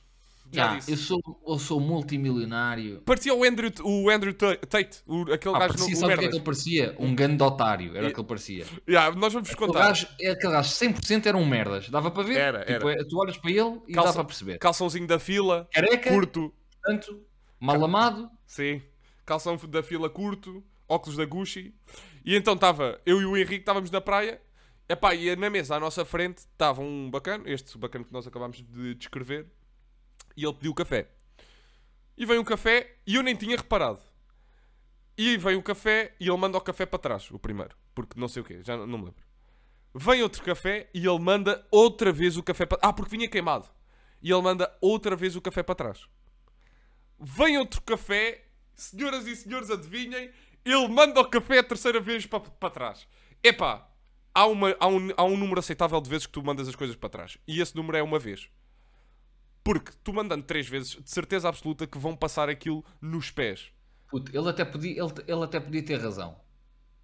Speaker 2: Já
Speaker 1: "Ah,
Speaker 2: disse.
Speaker 1: eu, sou, eu sou multimilionário.
Speaker 2: Parecia o Andrew, o Andrew Ta- Tate, o- aquele
Speaker 1: Ah,
Speaker 2: gajo
Speaker 1: parecia, sabe
Speaker 2: no o
Speaker 1: o que é
Speaker 2: merdas.
Speaker 1: que ele parecia? Um grande otário, era o que ele parecia.
Speaker 2: Yeah, nós vamos vos
Speaker 1: O
Speaker 2: contar.
Speaker 1: gajo, é aquele gajo 100% eram um merdas. Dava para ver?
Speaker 2: Era,
Speaker 1: Tipo,
Speaker 2: era.
Speaker 1: é, tu olhas para ele e
Speaker 2: Calça-
Speaker 1: dá para perceber.
Speaker 2: Calçãozinho da fila,
Speaker 1: Careca,
Speaker 2: curto.
Speaker 1: portanto, mal amado.
Speaker 2: Sim. Calção da fila curto, óculos da Gucci. E então estava, eu e o Henrique estávamos na praia. Epá, e na mesa à nossa frente estava um bacana, este bacana que nós acabámos de descrever. E ele pediu café. E veio o café e eu nem tinha reparado. E veio o café e ele manda o café para trás, o primeiro. Porque não sei o quê, já não não me lembro. Vem outro café e ele manda outra vez o café para... Ah, porque vinha queimado. E ele manda outra vez o café para trás. Vem outro café, senhoras e senhores, adivinhem, ele manda o café a terceira vez para para trás. Epá, há, uma, há, um, há um número aceitável de vezes que tu mandas as coisas para trás. E esse número é uma vez. Porque tu mandando três vezes, de certeza absoluta que vão passar aquilo nos pés.
Speaker 1: Puto, ele, até podia, ele, ele até podia ter razão.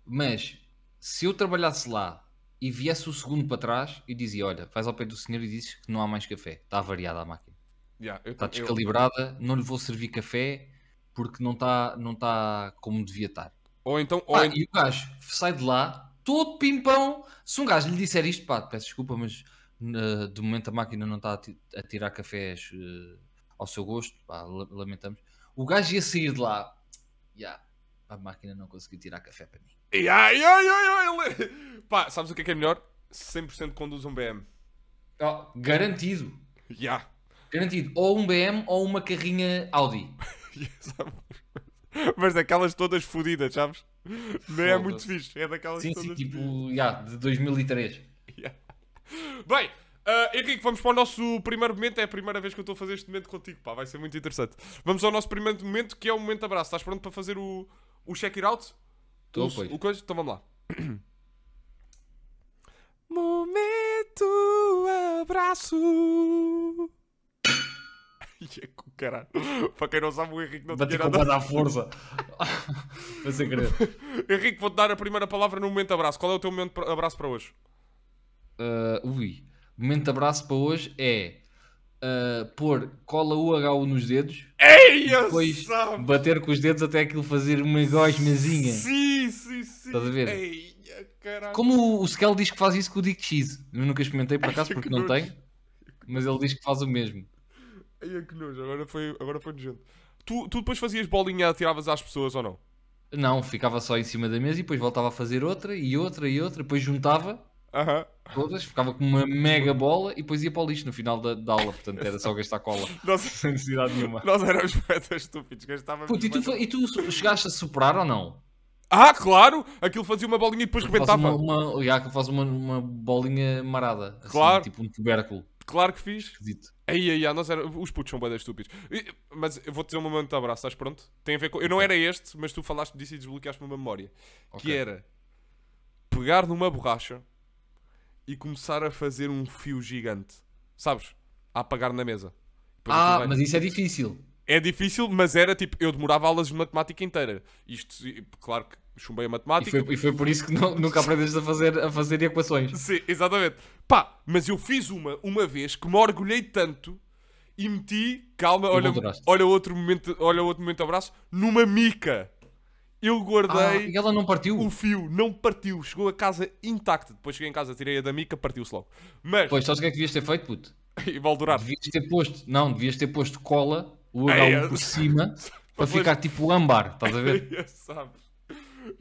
Speaker 1: Mas se eu trabalhasse lá e viesse o segundo para trás, eu dizia: Olha, vais ao pé do senhor e dizes que não há mais café. Está variada a máquina.
Speaker 2: Yeah, eu,
Speaker 1: Está
Speaker 2: eu-
Speaker 1: descalibrada, não lhe vou servir café porque não está não tá como devia estar.
Speaker 2: Ou então. Ou
Speaker 1: Pá,
Speaker 2: en-
Speaker 1: E o gajo sai de lá, todo pimpão. Se um gajo lhe disser isto, pá, peço desculpa, mas eh, de momento a máquina não está a, ti- a tirar cafés eh, ao seu gosto, pá, la- lamentamos. O gajo ia sair de lá, "Ya, a máquina não conseguiu tirar café para mim.
Speaker 2: Ai, ai, ai, ai, ele- Pá, sabes o que é que é melhor? 100% conduz um BM.
Speaker 1: Oh, garantido,
Speaker 2: Yeah.
Speaker 1: garantido. Ou um BM ou uma carrinha Audi.
Speaker 2: Sabe? Mas daquelas todas fodidas, sabes? Não é
Speaker 1: Foda-se.
Speaker 2: muito fixe. É daquelas
Speaker 1: Sim,
Speaker 2: todas.
Speaker 1: sim, tipo, ya, de 2003.
Speaker 2: Bem, ah, Henrique, vamos para o nosso primeiro momento. É a primeira vez que eu estou a fazer este momento contigo, pá. Vai ser muito interessante. Vamos ao nosso primeiro momento, que é o momento abraço. Estás pronto para fazer o, o check it out?
Speaker 1: Estou,
Speaker 2: o,
Speaker 1: pois.
Speaker 2: o coisa? Então vamos lá. Momento abraço. Ia é com caralho. Para quem não sabe, o Henrique não
Speaker 1: Bati
Speaker 2: tinha
Speaker 1: com o
Speaker 2: nada.
Speaker 1: pé à força. Mas sem querer.
Speaker 2: Henrique, vou-te dar a primeira palavra no momento abraço. Qual é o teu momento pra- abraço para hoje?
Speaker 1: Uh, ui, momento de abraço para hoje é uh, pôr cola UHU nos dedos,
Speaker 2: Ei, eu
Speaker 1: depois
Speaker 2: sabe.
Speaker 1: bater com os dedos até aquilo fazer uma gosmazinha.
Speaker 2: Sim, sim, sim.
Speaker 1: Estás a ver?
Speaker 2: Ei, caralho.
Speaker 1: Como o, o Skel diz que faz isso com o Dick Cheese, eu nunca experimentei por acaso
Speaker 2: que
Speaker 1: porque não
Speaker 2: nojo.
Speaker 1: tem, mas ele diz que faz o mesmo.
Speaker 2: Ai, que nojo, agora foi, agora foi nojento. Tu, tu depois fazias bolinha, atiravas às pessoas ou não?
Speaker 1: Não, ficava só em cima da mesa e depois voltava a fazer outra e outra e outra, depois juntava
Speaker 2: Aham.
Speaker 1: todas, ficava com uma mega bola e depois ia para o lixo no final da, da aula, portanto era só gastar cola,
Speaker 2: Nós,
Speaker 1: sem necessidade nenhuma.
Speaker 2: nós éramos poetas estúpidos, gastávamos.
Speaker 1: Puto, e tu,
Speaker 2: bué
Speaker 1: fa- e tu chegaste a superar ou não?
Speaker 2: da- Ah, claro! Aquilo fazia uma bolinha e depois
Speaker 1: Faz uma,
Speaker 2: rebentava.
Speaker 1: uma, já, que faz uma, uma bolinha marada. assim,
Speaker 2: Claro.
Speaker 1: tipo um tubérculo.
Speaker 2: Claro que fiz.
Speaker 1: Esquisito.
Speaker 2: Aí, aí, nós era... os putos são boedas estúpidos. E- Mas eu vou te dizer um momento de abraço, estás pronto? Tem a ver com. Eu não era este, mas tu falaste disso e desbloqueaste-me uma memória.
Speaker 1: Ok.
Speaker 2: Que é, era pegar numa borracha e começar a fazer um fio gigante. Sabes? A apagar na mesa. Depois aquilo
Speaker 1: Ah,
Speaker 2: vai-
Speaker 1: mas isso é difícil.
Speaker 2: É difícil, mas era tipo, eu demorava aulas de matemática inteira. Isto, e, claro que chumbei a
Speaker 1: E
Speaker 2: matemática.
Speaker 1: foi, e foi por isso que não- nunca aprendeste a fazer, a fazer equações.
Speaker 2: Sim, exatamente. Pá, mas eu fiz uma, uma vez que me orgulhei tanto e meti, calma, olha,
Speaker 1: moldaste.
Speaker 2: olha outro momento, olha outro momento abraço, numa mica. Eu
Speaker 1: Ah,
Speaker 2: guardei
Speaker 1: e ela não partiu?
Speaker 2: o Um fio, não partiu, chegou a casa intacta. Depois cheguei em casa, tirei a da mica, partiu-se logo. Mas,
Speaker 1: Pois, sabes o que é que devias ter feito, puto?
Speaker 2: e vai durar.
Speaker 1: Devias ter posto, não, devias ter posto cola, o
Speaker 2: Ai,
Speaker 1: H1
Speaker 2: eu-
Speaker 1: por cima, para ficar tipo âmbar, estás a ver?
Speaker 2: Já sabes.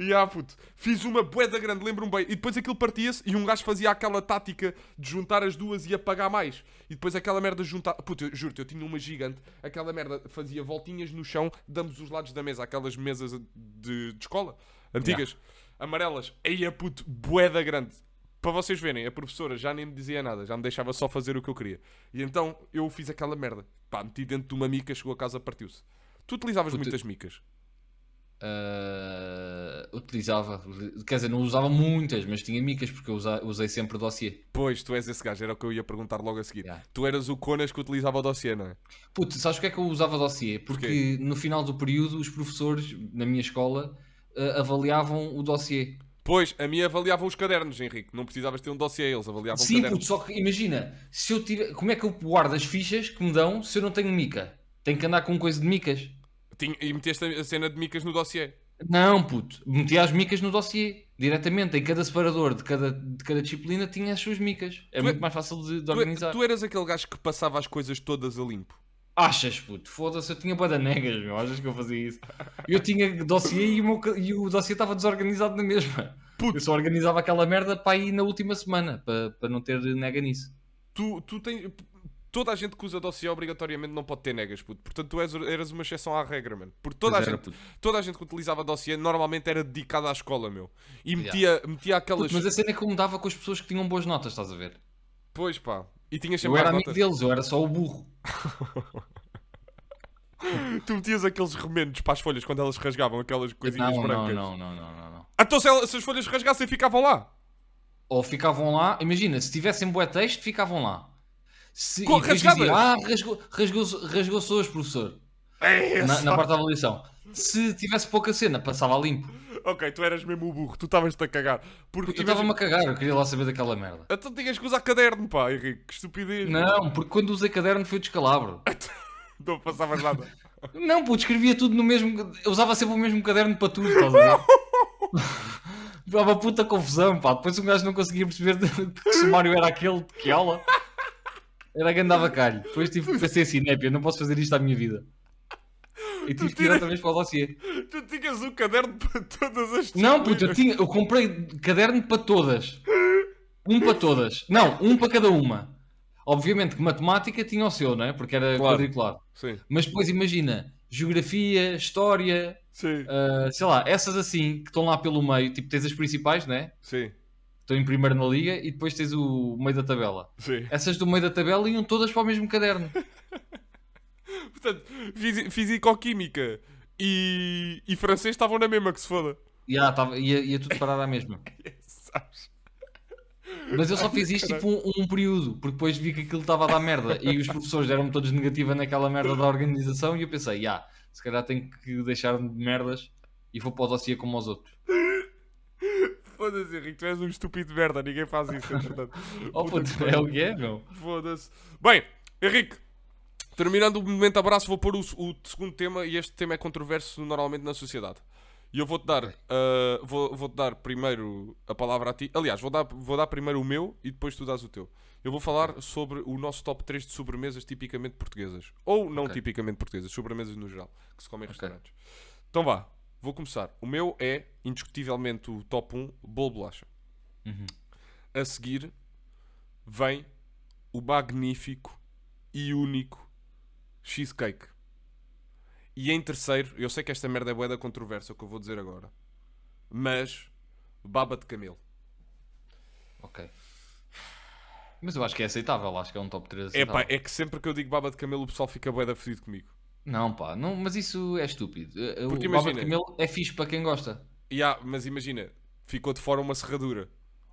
Speaker 2: E ah, puto, fiz uma boeda grande, lembro-me bem. E depois aquilo partia-se e um gajo fazia aquela tática de juntar as duas e apagar mais. E depois aquela merda juntava. Puto, eu juro-te, eu tinha uma gigante. Aquela merda fazia voltinhas no chão de ambos os lados da mesa. Aquelas mesas de, de escola antigas, amarelas. Aí a puto, boeda grande. Para vocês verem, a professora já nem me dizia nada, já me deixava só fazer o que eu queria. E então eu fiz aquela merda. Pá, meti dentro de uma mica, chegou a casa, partiu-se. Tu utilizavas muitas micas.
Speaker 1: Ah, utilizava, quer dizer, não usava muitas, mas tinha micas, porque eu usa- usei sempre dossiê.
Speaker 2: Pois, tu és esse gajo, era o que eu ia perguntar logo a seguir.
Speaker 1: Yeah.
Speaker 2: Tu eras o Conas que utilizava o dossiê, não é?
Speaker 1: Puto, sabes porque é que eu usava dossiê? Porque
Speaker 2: Porquê?
Speaker 1: no final do período os professores, na minha escola, eh, avaliavam o dossiê.
Speaker 2: Pois, a minha avaliavam os cadernos, Henrique. Não precisavas ter um dossiê, eles avaliavam
Speaker 1: Sim,
Speaker 2: cadernos.
Speaker 1: puto, só que imagina, se eu tiver, como é que eu guardo as fichas que me dão se eu não tenho mica? Tenho que andar com coisa de micas?
Speaker 2: Tinha- e meteste a a cena de micas no dossiê.
Speaker 1: Não, puto, metia as micas no dossiê, diretamente, em cada separador de cada, de cada disciplina tinha as suas micas. É
Speaker 2: Tu é-
Speaker 1: muito mais fácil de, de
Speaker 2: Tu,
Speaker 1: organizar.
Speaker 2: tu eras aquele gajo que passava as coisas todas a limpo.
Speaker 1: Achas, puto, foda-se, eu tinha badanegas, meu, achas que eu fazia isso? Eu tinha dossiê e o, meu ca- e o dossiê estava desorganizado na mesma.
Speaker 2: Puto.
Speaker 1: Eu só organizava aquela merda para ir na última semana, para, para não ter nega nisso.
Speaker 2: Tu, tu tens... Toda a gente que usa dossiê obrigatoriamente não pode ter negas, puto. Portanto, tu és- eras uma exceção à regra, mano. Porque toda a,
Speaker 1: Mas era,
Speaker 2: gente,
Speaker 1: puto.
Speaker 2: toda a gente que utilizava dossiê normalmente era dedicada à escola, meu. E metia, metia aquelas...
Speaker 1: Puto, mas a cena é que eu mudava com as pessoas que tinham boas notas, estás a ver?
Speaker 2: Pois, pá. E tinha
Speaker 1: Eu
Speaker 2: sempre
Speaker 1: era
Speaker 2: as
Speaker 1: amigo
Speaker 2: notas.
Speaker 1: deles, eu era só o burro.
Speaker 2: Tu metias aqueles remendos para as folhas quando elas rasgavam aquelas coisinhas
Speaker 1: Não, não,
Speaker 2: brancas.
Speaker 1: não, não, não, não, não.
Speaker 2: Ah, Então se, elas- se as folhas rasgassem ficavam lá.
Speaker 1: Ou ficavam lá, imagina, se tivessem bué texto, ficavam lá. Se,
Speaker 2: Com-
Speaker 1: e depois
Speaker 2: rasgavas?
Speaker 1: dizia, ah, rasgou- rasgou-se rasgou hoje, professor.
Speaker 2: É,
Speaker 1: na, na parte da avaliação. se tivesse pouca cena, passava limpo.
Speaker 2: Ok, tu eras mesmo o burro, tu estavas-te a cagar. Porque
Speaker 1: Porque eu estava-me
Speaker 2: imagina-
Speaker 1: a cagar, eu queria lá saber daquela merda.
Speaker 2: Então tinhas que usar caderno, pá, Henrique, que estupidez.
Speaker 1: Não, porque quando usei caderno foi o descalabro.
Speaker 2: Não passavas nada.
Speaker 1: Não, puto, escrevia tudo no mesmo. Eu usava sempre o mesmo caderno para tudo, estás a ver? Dava puta confusão, pá. Depois um gajo não conseguia perceber de- que sumário era aquele, de que aula. Era que andava calho. Depois tive que pensei assim, népia, não posso fazer isto à minha vida. E tive que ir outra vez para o dossiê.
Speaker 2: tu tinhas um caderno para todas as
Speaker 1: Não, puto, eu,
Speaker 2: disciplinas.
Speaker 1: tinha, eu comprei caderno para todas. Um para todas. Não, um para cada uma. Obviamente que matemática tinha o seu, não é? Porque era
Speaker 2: Claro.
Speaker 1: quadriculado.
Speaker 2: Sim,
Speaker 1: Mas depois imagina, geografia, história,
Speaker 2: sim,
Speaker 1: Uh, sei lá, essas assim que estão lá pelo meio, tipo, tens as principais, né?
Speaker 2: sim,
Speaker 1: Estão em primeiro na liga e depois tens o meio da tabela.
Speaker 2: sim.
Speaker 1: Essas do meio da tabela iam todas para o mesmo caderno.
Speaker 2: Portanto, fisi- fisicoquímica e, e francês estavam na mesma que se foda.
Speaker 1: E ah, tava, ia, ia tudo parar à mesma.
Speaker 2: Sabes?
Speaker 1: Mas eu só fiz isto tipo um, um período, porque depois vi que aquilo estava a dar merda e os professores deram-me todos negativa naquela merda da organização e eu pensei, ah, se calhar tenho que deixar de merdas e vou para o dossiê como aos outros.
Speaker 2: Foda-se, Henrique, tu és um estúpido de merda, ninguém faz isso, entretanto.
Speaker 1: Oh,
Speaker 2: Puta que
Speaker 1: puto,
Speaker 2: pariu.
Speaker 1: é o que é, meu.
Speaker 2: Foda-se. Bem, Henrique, terminando o momento abraço, vou pôr o, o segundo tema e este tema é controverso normalmente na sociedade. E eu vou-te dar, ah, vou, vou-te dar primeiro a palavra a ti. Aliás, vou dar, vou dar primeiro o meu e depois tu dás o teu. Eu vou falar sobre o nosso top 3 de sobremesas tipicamente portuguesas. Ou não
Speaker 1: Ok.
Speaker 2: tipicamente portuguesas, sobremesas no geral, que se comem em
Speaker 1: Ok.
Speaker 2: restaurantes. Então vá, vou começar. O meu é, indiscutivelmente, o top 1, bolo de bolacha.
Speaker 1: Uhum.
Speaker 2: A seguir vem o magnífico e único cheesecake. E em terceiro, eu sei que esta merda é bué da controversa, o que eu vou dizer agora, mas baba de camelo.
Speaker 1: Ok. Mas eu acho que é aceitável, acho que é um top 3
Speaker 2: É
Speaker 1: aceitável.
Speaker 2: pá, é que sempre que eu digo baba de camelo o pessoal fica bué da fodido comigo.
Speaker 1: Não, pá, não, mas isso é estúpido. Eh, O
Speaker 2: Porque
Speaker 1: baba de
Speaker 2: imagina-
Speaker 1: camelo é fixe para quem gosta.
Speaker 2: E há, mas imagina, ficou de fora uma serradura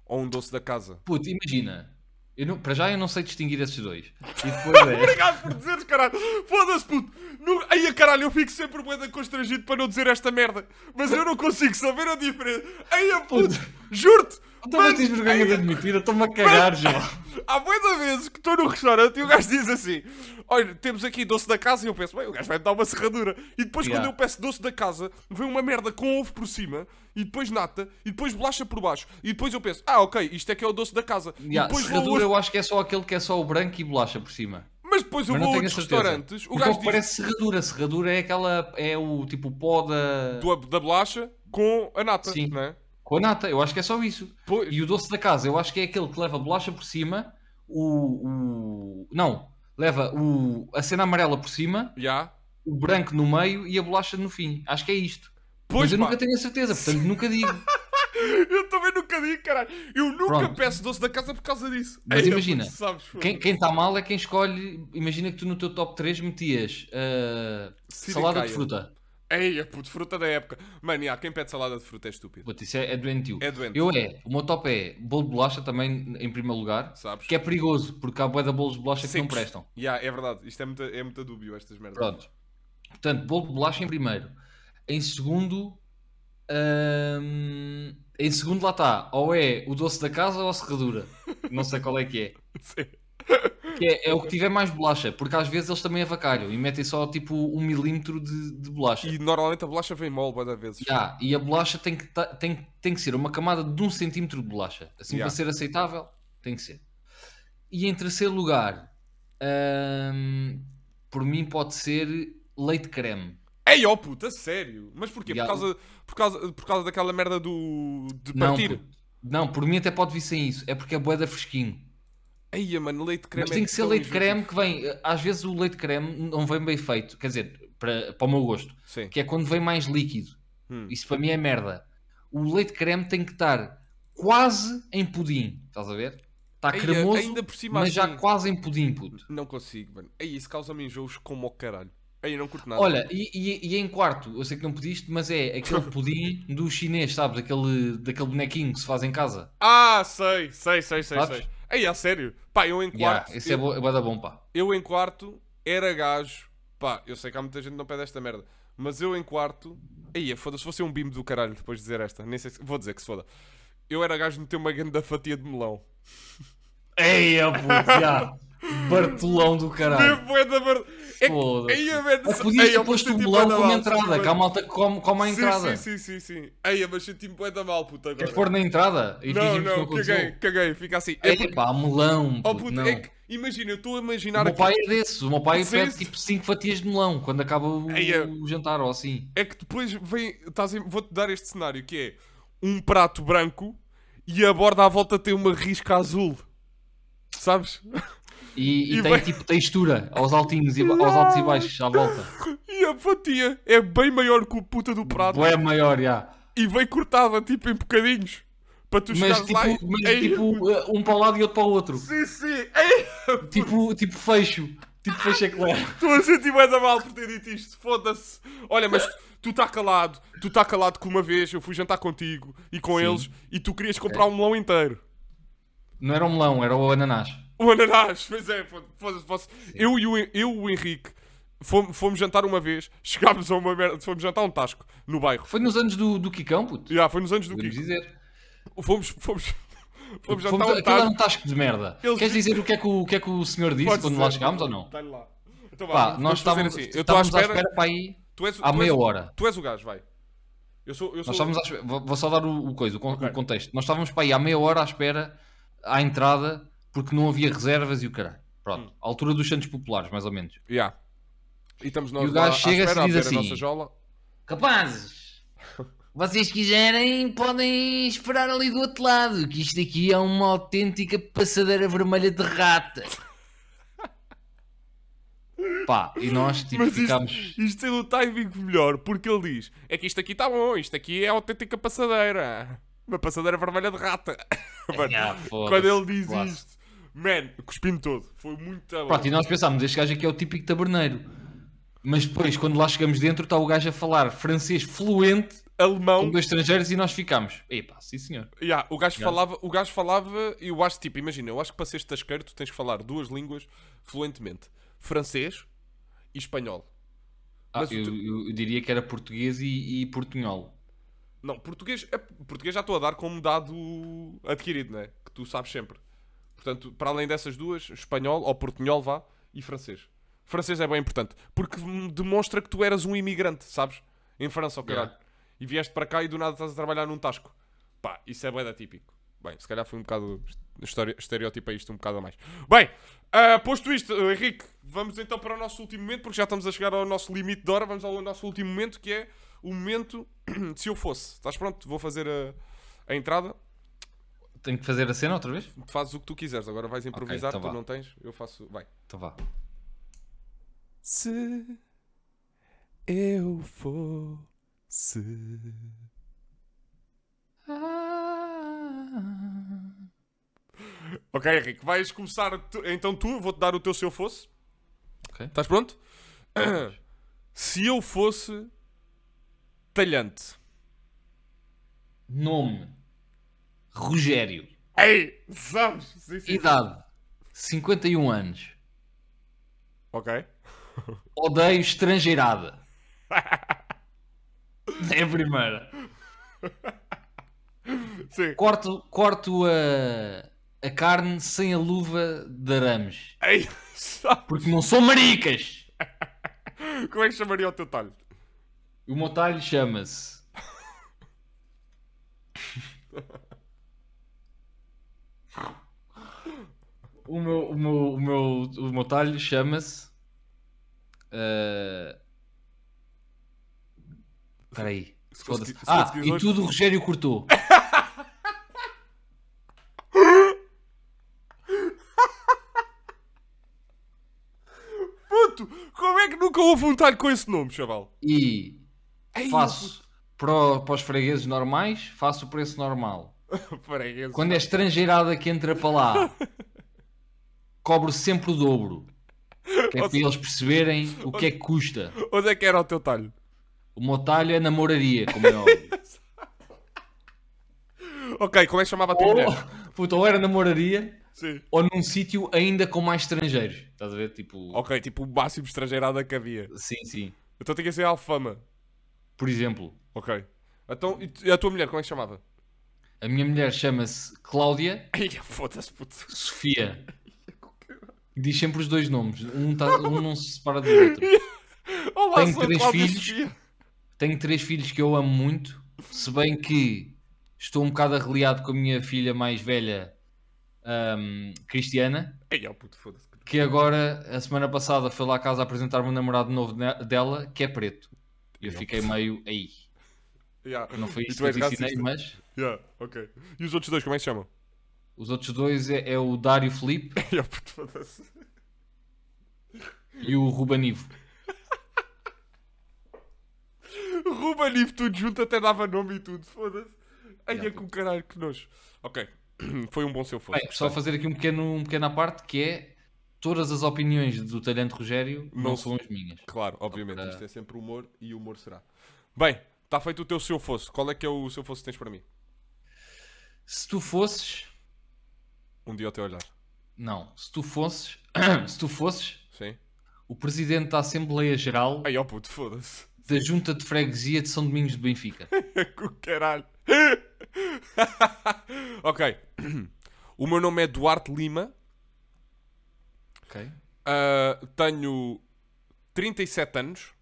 Speaker 2: ou um doce da casa.
Speaker 1: Puto, imagina. Eu não- para já eu não sei distinguir esses dois. E depois é.
Speaker 2: Obrigado por dizeres, caralho. Foda-se, puto. Não... Ai, a caralho, eu fico sempre bué da constrangido para não dizer esta merda. Mas eu não consigo saber a diferença. Ai, a puto. Juro-te.
Speaker 1: Então, mas
Speaker 2: Mano,
Speaker 1: tens vergonha de
Speaker 2: ai,
Speaker 1: admitir, eu estou-me a cagar já.
Speaker 2: Há muitas vezes que estou no restaurante e o gajo diz assim: Olha, temos aqui doce da casa. E eu penso: Bem, o gajo vai me dar uma serradura. E depois,
Speaker 1: Yeah.
Speaker 2: quando eu peço doce da casa, vem uma merda com ovo por cima, e depois nata, e depois bolacha por baixo. E depois eu penso: Ah, ok, isto é que é o doce da casa. e
Speaker 1: Yeah,
Speaker 2: depois vou a
Speaker 1: serradura
Speaker 2: outro-
Speaker 1: eu acho que é só aquele que é só o branco e bolacha por cima.
Speaker 2: Mas depois eu
Speaker 1: Mas
Speaker 2: vou
Speaker 1: não
Speaker 2: a
Speaker 1: tenho a
Speaker 2: outros
Speaker 1: certeza.
Speaker 2: restaurantes. O
Speaker 1: Porque
Speaker 2: gajo
Speaker 1: que
Speaker 2: diz.
Speaker 1: parece serradura. Serradura é aquela. É o tipo pó da.
Speaker 2: do, da bolacha com a nata,
Speaker 1: Sim.
Speaker 2: não é?
Speaker 1: Com a nata, eu acho que é só isso.
Speaker 2: Pois,
Speaker 1: E o doce da casa, eu acho que é aquele que leva bolacha por cima, o. o- não, leva o, a cena amarela por cima,
Speaker 2: já.
Speaker 1: o branco no meio e a bolacha no fim. Acho que é isto.
Speaker 2: Pois,
Speaker 1: Mas eu
Speaker 2: pá.
Speaker 1: nunca tenho a certeza, portanto nunca digo.
Speaker 2: Eu também nunca digo, caralho. Eu nunca
Speaker 1: Pronto.
Speaker 2: peço doce da casa por causa disso.
Speaker 1: Mas
Speaker 2: Ai,
Speaker 1: imagina,
Speaker 2: puto, sabes, foda-se.
Speaker 1: Quem está mal é quem escolhe. Imagina que tu no teu top 3 metias ah,
Speaker 2: Siricaia.
Speaker 1: salada de fruta.
Speaker 2: Ei, a puto, fruta da época. Mano, já, quem pede salada de fruta é estúpido.
Speaker 1: Puta, isso é, é doentio.
Speaker 2: É doente.
Speaker 1: Eu é. O meu top é bolo de bolacha também, em primeiro lugar,
Speaker 2: Sabes?
Speaker 1: que é perigoso, porque há boeda de bolos de bolacha que não
Speaker 2: Secos.
Speaker 1: prestam.
Speaker 2: Já, é verdade. Isto é muita, é muita dúbio, estas merdas.
Speaker 1: Pronto. Portanto, bolo de bolacha em primeiro. Em segundo. hum, em segundo lá está. Ou é o doce da casa ou a serradura. Não sei qual é que é.
Speaker 2: Sim.
Speaker 1: Que é, é o que tiver mais bolacha, porque às vezes eles também avacalham e metem só tipo um milímetro de, de bolacha.
Speaker 2: E normalmente a bolacha vem mole, bué da vezes.
Speaker 1: Já, e a bolacha tem que, ta- tem, tem que ser uma camada de um centímetro de bolacha. Assim,
Speaker 2: Já.
Speaker 1: para ser aceitável, tem que ser. E em terceiro lugar, hum, por mim pode ser leite creme.
Speaker 2: Ei, ó puta, oh, sério. Mas porquê?
Speaker 1: Já.
Speaker 2: Por, causa, por, causa, por causa daquela merda do. de
Speaker 1: Não,
Speaker 2: partir.
Speaker 1: por, não, por mim até pode vir sem isso. É porque é boeda fresquinho.
Speaker 2: Ei, mano, leite de creme.
Speaker 1: Mas
Speaker 2: é
Speaker 1: tem que ser
Speaker 2: tão
Speaker 1: leite
Speaker 2: injusto.
Speaker 1: creme que vem. Às vezes o leite creme não vem bem feito. Quer dizer, para, para o meu gosto.
Speaker 2: Sim.
Speaker 1: Que é quando vem mais líquido.
Speaker 2: Hum.
Speaker 1: Isso para mim é merda. O leite creme tem que estar quase em pudim. Estás a ver? Está tá
Speaker 2: Ei,
Speaker 1: cremoso,
Speaker 2: ainda por cima
Speaker 1: mas já
Speaker 2: assim.
Speaker 1: quase em pudim, puto.
Speaker 2: Não consigo, mano. Aí isso causa-me enjoos como o caralho. Aí não curto nada.
Speaker 1: Olha, e, e- e em quarto, eu sei que não pediste, mas é aquele pudim do chinês, sabes? Aquele, daquele bonequinho que se faz em casa.
Speaker 2: Ah, sei, sei, sei, sei,
Speaker 1: Sabes?
Speaker 2: sei. Aí, a sério. Pá, eu em quarto.
Speaker 1: Yeah, esse é
Speaker 2: eu,
Speaker 1: bo- é bué da bom, pá.
Speaker 2: eu em quarto era gajo. Pá, eu sei que há muita gente que não pede esta merda. Mas eu em quarto. Aí, foda-se, vou ser um bimbo do caralho depois de dizer esta. Nem sei se... Vou dizer que se foda. Eu era gajo de meter uma grande fatia de melão.
Speaker 1: Eia, puto, já. Bartolão do caralho.
Speaker 2: Bebo é da verdade. É que.
Speaker 1: Foda-se.
Speaker 2: Aí, é a ver.
Speaker 1: Ou podias ter posto
Speaker 2: tipo
Speaker 1: o melão como entrada, que a malta que come, come a entrada.
Speaker 2: Sim, sim, sim, sim. Aí, mas senti-me tipo bué da mal, puta.
Speaker 1: Queres
Speaker 2: Agora.
Speaker 1: pôr na entrada e
Speaker 2: Não, é
Speaker 1: fingimos que não
Speaker 2: não, caguei,
Speaker 1: aconteceu.
Speaker 2: caguei. Fica assim. É porque-
Speaker 1: Ei, pá, melão,
Speaker 2: Oh,
Speaker 1: puto,
Speaker 2: puto,
Speaker 1: não.
Speaker 2: é que, imagina, eu estou a
Speaker 1: O
Speaker 2: imaginar
Speaker 1: meu
Speaker 2: aqui.
Speaker 1: pai é desses, o meu pai
Speaker 2: Sim,
Speaker 1: pede
Speaker 2: sim.
Speaker 1: tipo 5 fatias de melão quando acaba o,
Speaker 2: Eia.
Speaker 1: o jantar ou assim.
Speaker 2: É que depois vem. estás a- Vou-te dar este cenário que é um prato branco e a borda à volta tem uma risca azul. Sabes?
Speaker 1: E, e
Speaker 2: E
Speaker 1: tem
Speaker 2: vai-
Speaker 1: tipo textura aos altinhos e ba- aos altos e baixos à volta.
Speaker 2: E a fatia é bem maior que o puta do prato
Speaker 1: Boé maior, já.
Speaker 2: e vem cortada tipo em bocadinhos. Para tu
Speaker 1: Mas
Speaker 2: chegares
Speaker 1: tipo,
Speaker 2: lá e.
Speaker 1: mas,
Speaker 2: Ei,
Speaker 1: tipo um para o lado e outro para o outro.
Speaker 2: Sim, sim! Ei,
Speaker 1: Tipo, tipo fecho. Tipo fecho é claro.
Speaker 2: Estou a sentir mais a mal por ter dito isto, foda-se. Olha, mas tu- tu está calado, tu está calado que uma vez eu fui jantar contigo e com
Speaker 1: Sim. É.
Speaker 2: eles e tu querias comprar um melão inteiro.
Speaker 1: Não era o melão, era o ananás.
Speaker 2: O ananás, pois é, foda- foda-se. foda-se. Eu e o, En- eu, e o Henrique fomos, fomos jantar uma vez, chegámos a uma merda, fomos jantar a um tasco no bairro.
Speaker 1: Foi nos anos do, do Kikão, puto.
Speaker 2: Já, foi nos anos do
Speaker 1: Podemos
Speaker 2: Kiko.
Speaker 1: dizer.
Speaker 2: Fomos, fomos, fomos jantar
Speaker 1: Fomos,
Speaker 2: a um
Speaker 1: aquilo era
Speaker 2: tasco.
Speaker 1: um tasco de merda.
Speaker 2: Eles-
Speaker 1: Queres dizer o que, é que o, o que é que o senhor disse
Speaker 2: Podes
Speaker 1: quando
Speaker 2: dizer,
Speaker 1: lá chegámos ou não?
Speaker 2: Dá-lhe lá. Então, vá,
Speaker 1: Pá,
Speaker 2: vamos
Speaker 1: nós
Speaker 2: fazer
Speaker 1: estávamos,
Speaker 2: assim. Eu estou à
Speaker 1: estávamos à
Speaker 2: espera.
Speaker 1: espera para aí
Speaker 2: Tu és, o-
Speaker 1: há
Speaker 2: tu és um
Speaker 1: meia
Speaker 2: o-
Speaker 1: hora.
Speaker 2: Tu és o gajo, vai. Eu sou, eu sou
Speaker 1: Nós estávamos à espera, vou vou só dar o, o coisa, o, con-
Speaker 2: Ok.
Speaker 1: o contexto. Nós estávamos para aí há meia hora à espera, à entrada, porque não havia reservas e o caralho. Pronto,
Speaker 2: Hum.
Speaker 1: à altura dos Santos Populares, mais ou menos.
Speaker 2: Yeah. E estamos nós
Speaker 1: E o
Speaker 2: lá
Speaker 1: gajo
Speaker 2: à
Speaker 1: chega-se
Speaker 2: espera,
Speaker 1: e diz
Speaker 2: a ver a
Speaker 1: assim,
Speaker 2: nossa jola.
Speaker 1: Capazes, vocês quiserem, podem esperar ali do outro lado, que isto aqui é uma autêntica passadeira vermelha de rata. Pá, e nós tipo,
Speaker 2: Mas
Speaker 1: ficámos.
Speaker 2: isto, isto é do timing melhor, porque ele diz: é que isto aqui está bom, isto aqui é autêntica passadeira. Uma passadeira vermelha de rata. Mano,
Speaker 1: Ah, foda-se,
Speaker 2: quando ele diz
Speaker 1: classe.
Speaker 2: isto, man, cuspi-me todo. Foi muito bom.
Speaker 1: Pronto, e nós pensámos, este gajo aqui é o típico taberneiro. Mas depois, quando lá chegamos dentro, está o gajo a falar francês fluente com
Speaker 2: Alemão,
Speaker 1: dois estrangeiros e nós ficámos. Epá, sim senhor.
Speaker 2: yeah, o, gajo
Speaker 1: Gajo.
Speaker 2: falava, o gajo falava, eu acho tipo, imagina, eu acho que para seres tasqueiro tu tens que falar duas línguas fluentemente: francês e espanhol.
Speaker 1: Ah,
Speaker 2: Mas o
Speaker 1: eu,
Speaker 2: teu-
Speaker 1: eu- eu diria que era português e, e portunhol.
Speaker 2: Não, português, é- português já estou a dar como dado adquirido, né? Que tu sabes sempre. Portanto, para além dessas duas, espanhol ou portunhol, vá, e francês. Francês é bem importante, porque m- demonstra que tu eras um imigrante, sabes? Em França, ao caralho.
Speaker 1: Yeah.
Speaker 2: E vieste para cá e do nada estás a trabalhar num tasco. Pá, isso é bem típico. Bem, se calhar foi um bocado histori- estereótipo a isto um bocado a mais. Bem, ah, posto isto, ah, Henrique, vamos então para o nosso último momento, porque já estamos a chegar ao nosso limite de hora, vamos ao nosso último momento, que é o momento de se eu fosse. Estás pronto? Vou fazer a, a entrada.
Speaker 1: Tenho que fazer a cena outra vez?
Speaker 2: Fazes o que tu quiseres. Agora vais improvisar,
Speaker 1: então
Speaker 2: tu
Speaker 1: vá.
Speaker 2: não tens, eu faço. Vai.
Speaker 1: Então vá.
Speaker 3: Se eu fosse.
Speaker 2: Ok, Henrique, vais começar tu- então tu, vou-te dar o teu se eu fosse.
Speaker 1: Ok.
Speaker 2: Estás pronto? se eu fosse talhante.
Speaker 1: Nome: Rogério.
Speaker 2: Ei! Sabes? Sim, sim.
Speaker 1: Idade: 51 anos.
Speaker 2: Ok.
Speaker 1: Odeio estrangeirada. É a primeira.
Speaker 2: Sim.
Speaker 1: Corto, corto a, a carne sem a luva de arames.
Speaker 2: Ei! Sabes?
Speaker 1: Porque não sou maricas.
Speaker 2: Como é que chamaria o teu talho?
Speaker 1: O meu talho chama-se. O meu, o meu, o meu, o meu talho chama-se. eh, Espera aí.
Speaker 2: Se
Speaker 1: Foda-se.
Speaker 2: consegui- se
Speaker 1: Ah,
Speaker 2: conseguires
Speaker 1: e
Speaker 2: hoje-
Speaker 1: tudo o Rogério cortou.
Speaker 2: Puto! Como é que nunca houve um talho com esse nome, chaval?
Speaker 1: E
Speaker 2: Ei,
Speaker 1: faço para, o- para os fregueses normais, faço o preço normal.
Speaker 2: Fregueses.
Speaker 1: Quando é estrangeirada que entra para lá, cobro sempre o dobro. Que é
Speaker 2: Ou
Speaker 1: para eles perceberem o que é que custa.
Speaker 2: Onde é que era o teu talho?
Speaker 1: O meu talho é namoraria, como é óbvio.
Speaker 2: Ok, como é que chamava a
Speaker 1: Oh.
Speaker 2: tua mulher?
Speaker 1: ou, puta, ou era namoraria,
Speaker 2: Sim.
Speaker 1: ou num sítio ainda com mais estrangeiros. Estás a ver? Tipo,
Speaker 2: Ok, tipo o máximo estrangeirada que havia.
Speaker 1: sim, sim.
Speaker 2: Então tem que ser Alfama.
Speaker 1: Por exemplo,
Speaker 2: Ok. Então, e tu- e a tua mulher, como é que se chamava?
Speaker 1: a minha mulher chama-se Cláudia
Speaker 2: Ai, foda-se, puto.
Speaker 1: Sofia. E Diz sempre os dois nomes. Um, tá- um não se separa do outro.
Speaker 2: Olá,
Speaker 1: Tenho
Speaker 2: sou
Speaker 1: três
Speaker 2: Cláudio
Speaker 1: filhos.
Speaker 2: Sofia.
Speaker 1: Tenho três filhos que eu amo muito, se bem que estou um bocado arreliado com a minha filha mais velha, ahm, Cristiana,
Speaker 2: Ai, ó, puto, foda-se.
Speaker 1: que agora, a semana passada, foi lá à casa apresentar-me um namorado novo ne- dela, que é preto. Eu
Speaker 2: Não.
Speaker 1: fiquei meio aí.
Speaker 2: Yeah.
Speaker 1: Não foi
Speaker 2: E
Speaker 1: isso é
Speaker 2: tu
Speaker 1: que eu
Speaker 2: és
Speaker 1: te ensinei,
Speaker 2: racista.
Speaker 1: mas
Speaker 2: Yeah, ok. E os outros dois, como é que se chamam?
Speaker 1: os outros dois é, é o Dário Felipe
Speaker 2: Ai, ó, puto, foda-se.
Speaker 1: e o Ruben Ivo.
Speaker 2: Ruben Ivo, tudo junto, até dava nome e tudo, foda-se. Ai,
Speaker 1: Yeah,
Speaker 2: é com caralho, que nojo. Ok. Foi um bom seu fosse.
Speaker 1: Bem, só fazer aqui um pequeno, um pequeno à parte, que é todas as opiniões do talhante Rogério não,
Speaker 2: Não
Speaker 1: são as minhas.
Speaker 2: Claro, obviamente.
Speaker 1: Ok.
Speaker 2: Isto é sempre humor e humor será. Bem, está feito o teu se eu fosse. Qual é que é o se eu fosse que tens para mim?
Speaker 1: Se tu fosses...
Speaker 2: Um dia ao teu olhar.
Speaker 1: Não, se tu fosses... se tu fosses...
Speaker 2: Sim?
Speaker 1: o presidente da Assembleia Geral
Speaker 2: Ai, ó puto, foda-se.
Speaker 1: da Junta de Freguesia de São Domingos de Benfica.
Speaker 2: Com caralho. ok. O meu nome é Duarte Lima.
Speaker 1: ok.
Speaker 2: Ah, tenho 37 anos.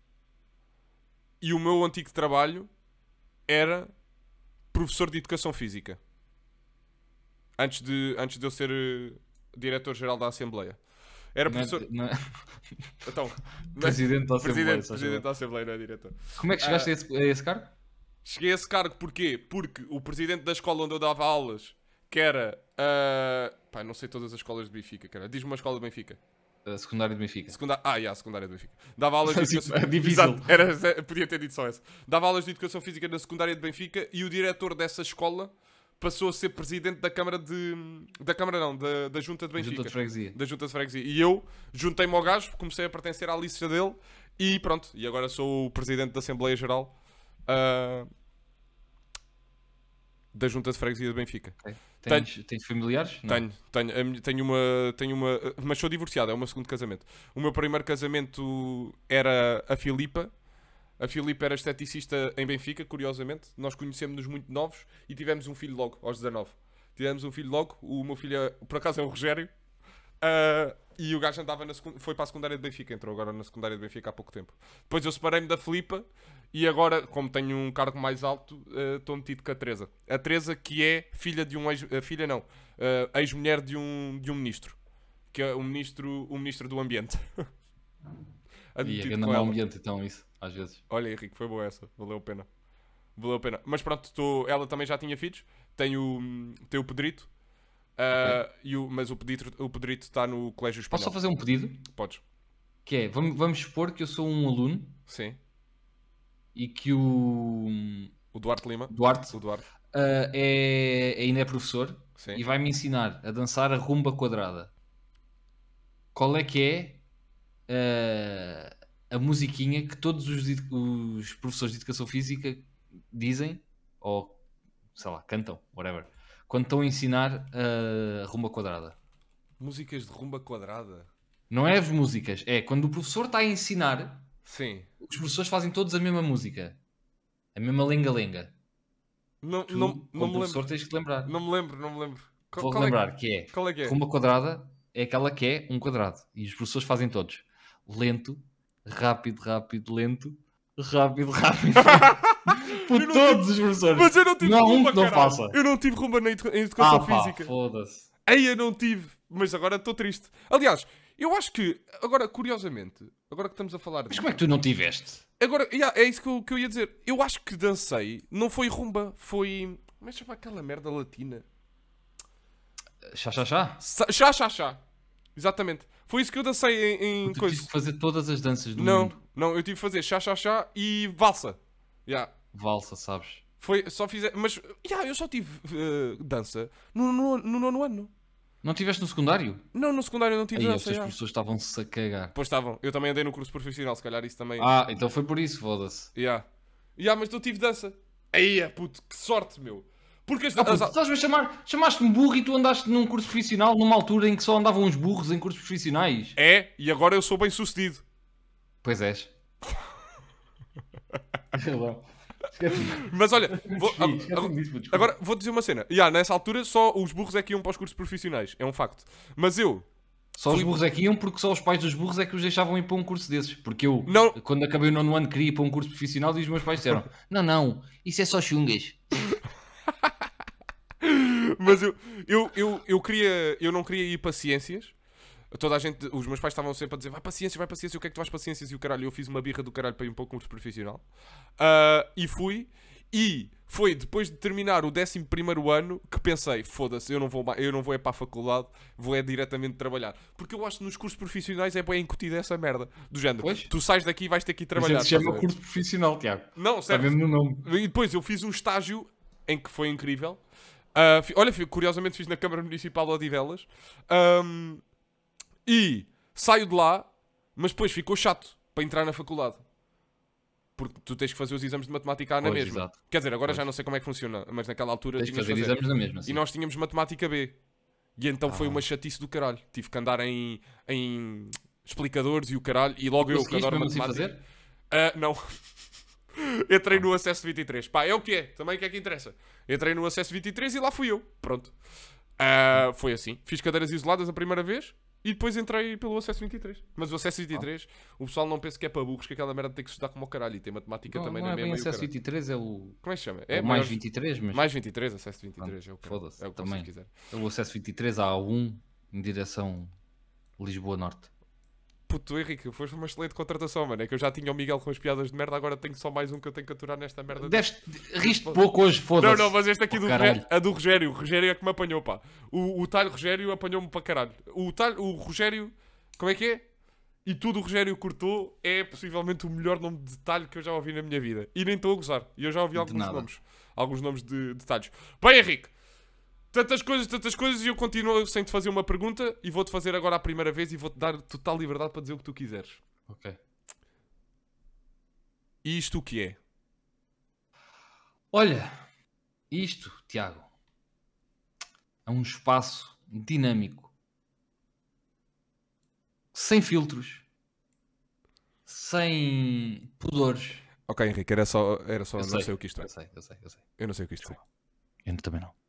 Speaker 2: E o meu antigo trabalho era professor de educação física. Antes de, antes de eu ser eh, diretor-geral da Assembleia. Era
Speaker 1: Não é-
Speaker 2: professor.
Speaker 1: não é-
Speaker 2: Então, não é-
Speaker 1: presidente da Assembleia.
Speaker 2: presidente,
Speaker 1: só
Speaker 2: presidente
Speaker 1: chamar.
Speaker 2: da Assembleia, não é diretor.
Speaker 1: Como é que chegaste a, esse, a esse cargo?
Speaker 2: Cheguei a esse cargo porquê? Porque o presidente da escola onde eu dava aulas, que era. ah, Pá, não sei todas as escolas de Benfica, cara. Diz-me uma escola de Benfica.
Speaker 1: A secundária de Benfica.
Speaker 2: Secunda... Ah, yeah, a secundária de Benfica. Dava aulas de
Speaker 1: Sim,
Speaker 2: educação
Speaker 1: é difícil.
Speaker 2: Exato, era- Podia ter dito só essa. Dava aulas de educação física na secundária de Benfica e o diretor dessa escola passou a ser presidente da Câmara de. Da Câmara não, da, da Junta de Benfica.
Speaker 1: Junta de Freguesia.
Speaker 2: da Junta de Freguesia. E eu juntei-me ao gajo, comecei a pertencer à lista dele e pronto. E agora sou o presidente da Assembleia Geral ah, da Junta de Freguesia de Benfica.
Speaker 1: Ok. Tens, tens familiares? Não.
Speaker 2: Tenho, tenho, a minha- tenho uma, tenho uma, mas sou divorciado, é o meu segundo casamento. O meu primeiro casamento era a Filipa. A Filipa era esteticista em Benfica, curiosamente. Nós conhecemos-nos muito novos e tivemos um filho logo, aos 19. Tivemos um filho logo, o meu filho, é- por acaso, é o Rogério. Ah, e o gajo andava na secun- foi para a secundária de Benfica, entrou agora na secundária de Benfica há pouco tempo. Depois eu separei-me da Filipa e agora, como tenho um cargo mais alto, ah, estou metido com a Teresa. A Teresa que é filha de um ex... ah, filha não, ah, ex-mulher de um, de um ministro. Que é o ministro, o ministro do ambiente. Ando
Speaker 1: E a
Speaker 2: metido
Speaker 1: grande
Speaker 2: com
Speaker 1: mau
Speaker 2: ela.
Speaker 1: ambiente, então, isso, às vezes.
Speaker 2: Olha, Henrique, foi boa essa. Valeu a pena. Valeu a pena. Mas pronto, tô- ela também já tinha filhos. Tem o, tem o Pedrito. Ah, e o- mas o Pedrito o Pedrito está no Colégio
Speaker 1: Posso só
Speaker 2: Espanhol.
Speaker 1: fazer um pedido?
Speaker 2: Podes.
Speaker 1: Que é, vamos, vamos supor que eu sou um aluno
Speaker 2: Sim.
Speaker 1: e que o hum,
Speaker 2: O Duarte Lima.
Speaker 1: Duarte
Speaker 2: O Duarte.
Speaker 1: ah, é, ainda é professor
Speaker 2: Sim.
Speaker 1: e vai-me ensinar a dançar a rumba quadrada. Qual é que é eh, a musiquinha que todos os, edu- os professores de educação física dizem ou sei lá, cantam, whatever, quando estão a ensinar eh, a rumba quadrada?
Speaker 2: Músicas de rumba quadrada.
Speaker 1: Não é as músicas, é quando o professor está a ensinar,
Speaker 2: Sim.
Speaker 1: os professores fazem todos a mesma música, a mesma lenga-lenga.
Speaker 2: Não,
Speaker 1: Tu,
Speaker 2: não, não
Speaker 1: como
Speaker 2: me
Speaker 1: professor,
Speaker 2: lembro.
Speaker 1: tens que te lembrar.
Speaker 2: Não me lembro, não me lembro. Qual,
Speaker 1: Vou
Speaker 2: qual
Speaker 1: lembrar
Speaker 2: É
Speaker 1: que é
Speaker 2: que, qual é que é?
Speaker 1: Rumba quadrada é aquela que é um quadrado. E os professores fazem todos. Lento, rápido, rápido, lento, rápido, rápido. lento. Por
Speaker 2: Eu não
Speaker 1: todos os professores.
Speaker 2: Mas eu não tive
Speaker 1: Não, um
Speaker 2: rumba,
Speaker 1: que não
Speaker 2: caralho.
Speaker 1: faça.
Speaker 2: Eu não tive rumba na edu- em educação
Speaker 1: ah, pá,
Speaker 2: física.
Speaker 1: foda-se.
Speaker 2: Ei, eu não tive, mas agora estou triste. Aliás, eu acho que, agora, curiosamente, agora que estamos a falar
Speaker 1: Mas
Speaker 2: disso,
Speaker 1: como é que tu não tiveste?
Speaker 2: agora, yeah, é isso que eu, que eu ia dizer. Eu acho que dancei, não foi rumba, foi. Como é que chama aquela merda latina?
Speaker 1: Chá, chá, chá.
Speaker 2: Sa- Chá, chá, chá. Exatamente. Foi isso que eu dancei em, em
Speaker 1: Tu
Speaker 2: coisa.
Speaker 1: tiveste que fazer todas as danças do
Speaker 2: Não,
Speaker 1: mundo.
Speaker 2: não, eu tive que fazer chá, chá, chá e valsa. Yeah.
Speaker 1: Valsa, sabes?
Speaker 2: Foi, só fizer. Mas, yeah, eu só tive eh, dança no, no, no nono ano.
Speaker 1: Não tiveste no secundário?
Speaker 2: Não, no secundário eu não tive
Speaker 1: Aí os
Speaker 2: dança.
Speaker 1: teus
Speaker 2: yeah.
Speaker 1: professores estavam-se a cagar.
Speaker 2: Pois estavam. Eu também andei no curso profissional, se calhar isso também.
Speaker 1: Ah, então foi por isso, foda-se.
Speaker 2: Ya. Ya, mas não tive dança. Aí, é, puto, que sorte, meu. Porque as,
Speaker 1: Ah, puto,
Speaker 2: as-
Speaker 1: Estás-me a chamar? Chamaste-me burro e tu andaste num curso profissional numa altura em que só andavam uns burros em cursos profissionais.
Speaker 2: É, e agora eu sou bem sucedido.
Speaker 1: Pois és. Sei lá. Esquece-me.
Speaker 2: Mas olha, vou-
Speaker 1: Esquece-me disso,
Speaker 2: agora-
Speaker 1: desculpa.
Speaker 2: ah, Agora, vou dizer uma cena. Ya, nessa altura, só os burros é que iam para os cursos profissionais. É um facto. Mas eu,
Speaker 1: Só os burros é que iam, porque só os pais dos burros é que os deixavam ir para um curso desses. Porque eu,
Speaker 2: Não.
Speaker 1: quando acabei o nono ano, queria ir para um curso profissional e os meus pais disseram: Não, não, isso é só chungas.
Speaker 2: mas eu, eu, eu, eu, queria, eu não queria ir para ciências. Toda a gente, os meus pais estavam sempre a dizer: vai para ciências, vai para ciências, o que é que tu vais para ciências? E o caralho, eu fiz uma birra do caralho para ir para o curso profissional. Ah, e fui. E foi depois de terminar o 11 ano que pensei: foda-se, eu, não vou ma- eu não vou é para a faculdade, vou é diretamente trabalhar. Porque eu acho que nos cursos profissionais é bem incutida essa merda. Do género:
Speaker 1: Pois.
Speaker 2: tu sais daqui e vais ter que ir
Speaker 1: Trabalhar,
Speaker 2: trabalhar.
Speaker 1: isso é se
Speaker 2: estás a
Speaker 1: chama
Speaker 2: ver?
Speaker 1: curso profissional, Tiago.
Speaker 2: Não,
Speaker 1: Está
Speaker 2: sério.
Speaker 1: mesmo no nome.
Speaker 2: E depois eu fiz um estágio em que foi incrível. Ah, fi- olha, fi- curiosamente fiz na Câmara Municipal de Odivelas. Ahm, e saio de lá, mas depois ficou chato para entrar na faculdade. Porque tu tens que fazer os exames de matemática à na
Speaker 1: Pois,
Speaker 2: mesma.
Speaker 1: exato.
Speaker 2: Quer dizer, agora já não sei como é que funciona, mas naquela altura
Speaker 1: Tens de
Speaker 2: tinhas
Speaker 1: fazer
Speaker 2: de fazer.
Speaker 1: exames Ah. na mesma.
Speaker 2: E
Speaker 1: sim.
Speaker 2: nós tínhamos matemática B. E então foi uma chatice do caralho. Tive que andar em, em explicadores e o caralho. E logo eu que
Speaker 1: Conseguiste
Speaker 2: adoro
Speaker 1: mesmo assim
Speaker 2: matemática.
Speaker 1: fazer?
Speaker 2: Ah, não. Entrei no acesso 23. Pá, é o que é. Também o que é que interessa. Entrei no acesso 23 e lá fui eu. Pronto. Ah, foi assim. Fiz cadeiras isoladas a primeira vez e depois entrei pelo acesso 23. Mas o acesso 23, o pessoal não pensa que é para burros, que aquela merda tem que estudar como o caralho. E tem matemática
Speaker 1: Não,
Speaker 2: também
Speaker 1: não
Speaker 2: na
Speaker 1: é bem
Speaker 2: mesma. e o
Speaker 1: acesso
Speaker 2: caralho.
Speaker 1: 23, é o,
Speaker 2: Como é que se chama?
Speaker 1: é
Speaker 2: É
Speaker 1: o mais
Speaker 2: maior-
Speaker 1: 23, mas
Speaker 2: mais 23, acesso 23. É o, caralho.
Speaker 1: foda-se,
Speaker 2: é o que
Speaker 1: também.
Speaker 2: vocês quiserem.
Speaker 1: é o acesso 23 a A1 em direção Lisboa Norte.
Speaker 2: Puto, Henrique, foste uma excelente contratação, mano. É que eu já tinha o Miguel com as piadas de merda, agora tenho só mais um que eu tenho que aturar nesta merda.
Speaker 1: Deves, riste pouco hoje,
Speaker 2: Não,
Speaker 1: foda-se.
Speaker 2: não, mas esta aqui
Speaker 1: Oh,
Speaker 2: do
Speaker 1: caralho.
Speaker 2: Rogério, a do Rogério, o Rogério é que me apanhou, pá. O, o talho Rogério apanhou-me para caralho. O talho, o Rogério, como é que é? E tudo o Rogério cortou é possivelmente o melhor nome de talho que eu já ouvi na minha vida. E nem estou a gozar. E eu já ouvi alguns
Speaker 1: nada.
Speaker 2: nomes. Alguns nomes de detalhes. Bem, Henrique, tantas coisas, tantas coisas, e eu continuo sem te fazer uma pergunta e vou-te fazer agora a primeira vez e vou-te dar total liberdade para dizer o que tu quiseres.
Speaker 1: Ok.
Speaker 2: E isto o que é?
Speaker 1: Olha, isto, Tiago, é um espaço dinâmico, sem filtros, sem pudores.
Speaker 2: Ok, Henrique, era só, era só
Speaker 1: Eu
Speaker 2: não sei o que isto é.
Speaker 1: Eu sei, eu sei, eu sei.
Speaker 2: Eu não sei o que isto é.
Speaker 1: Eu também não.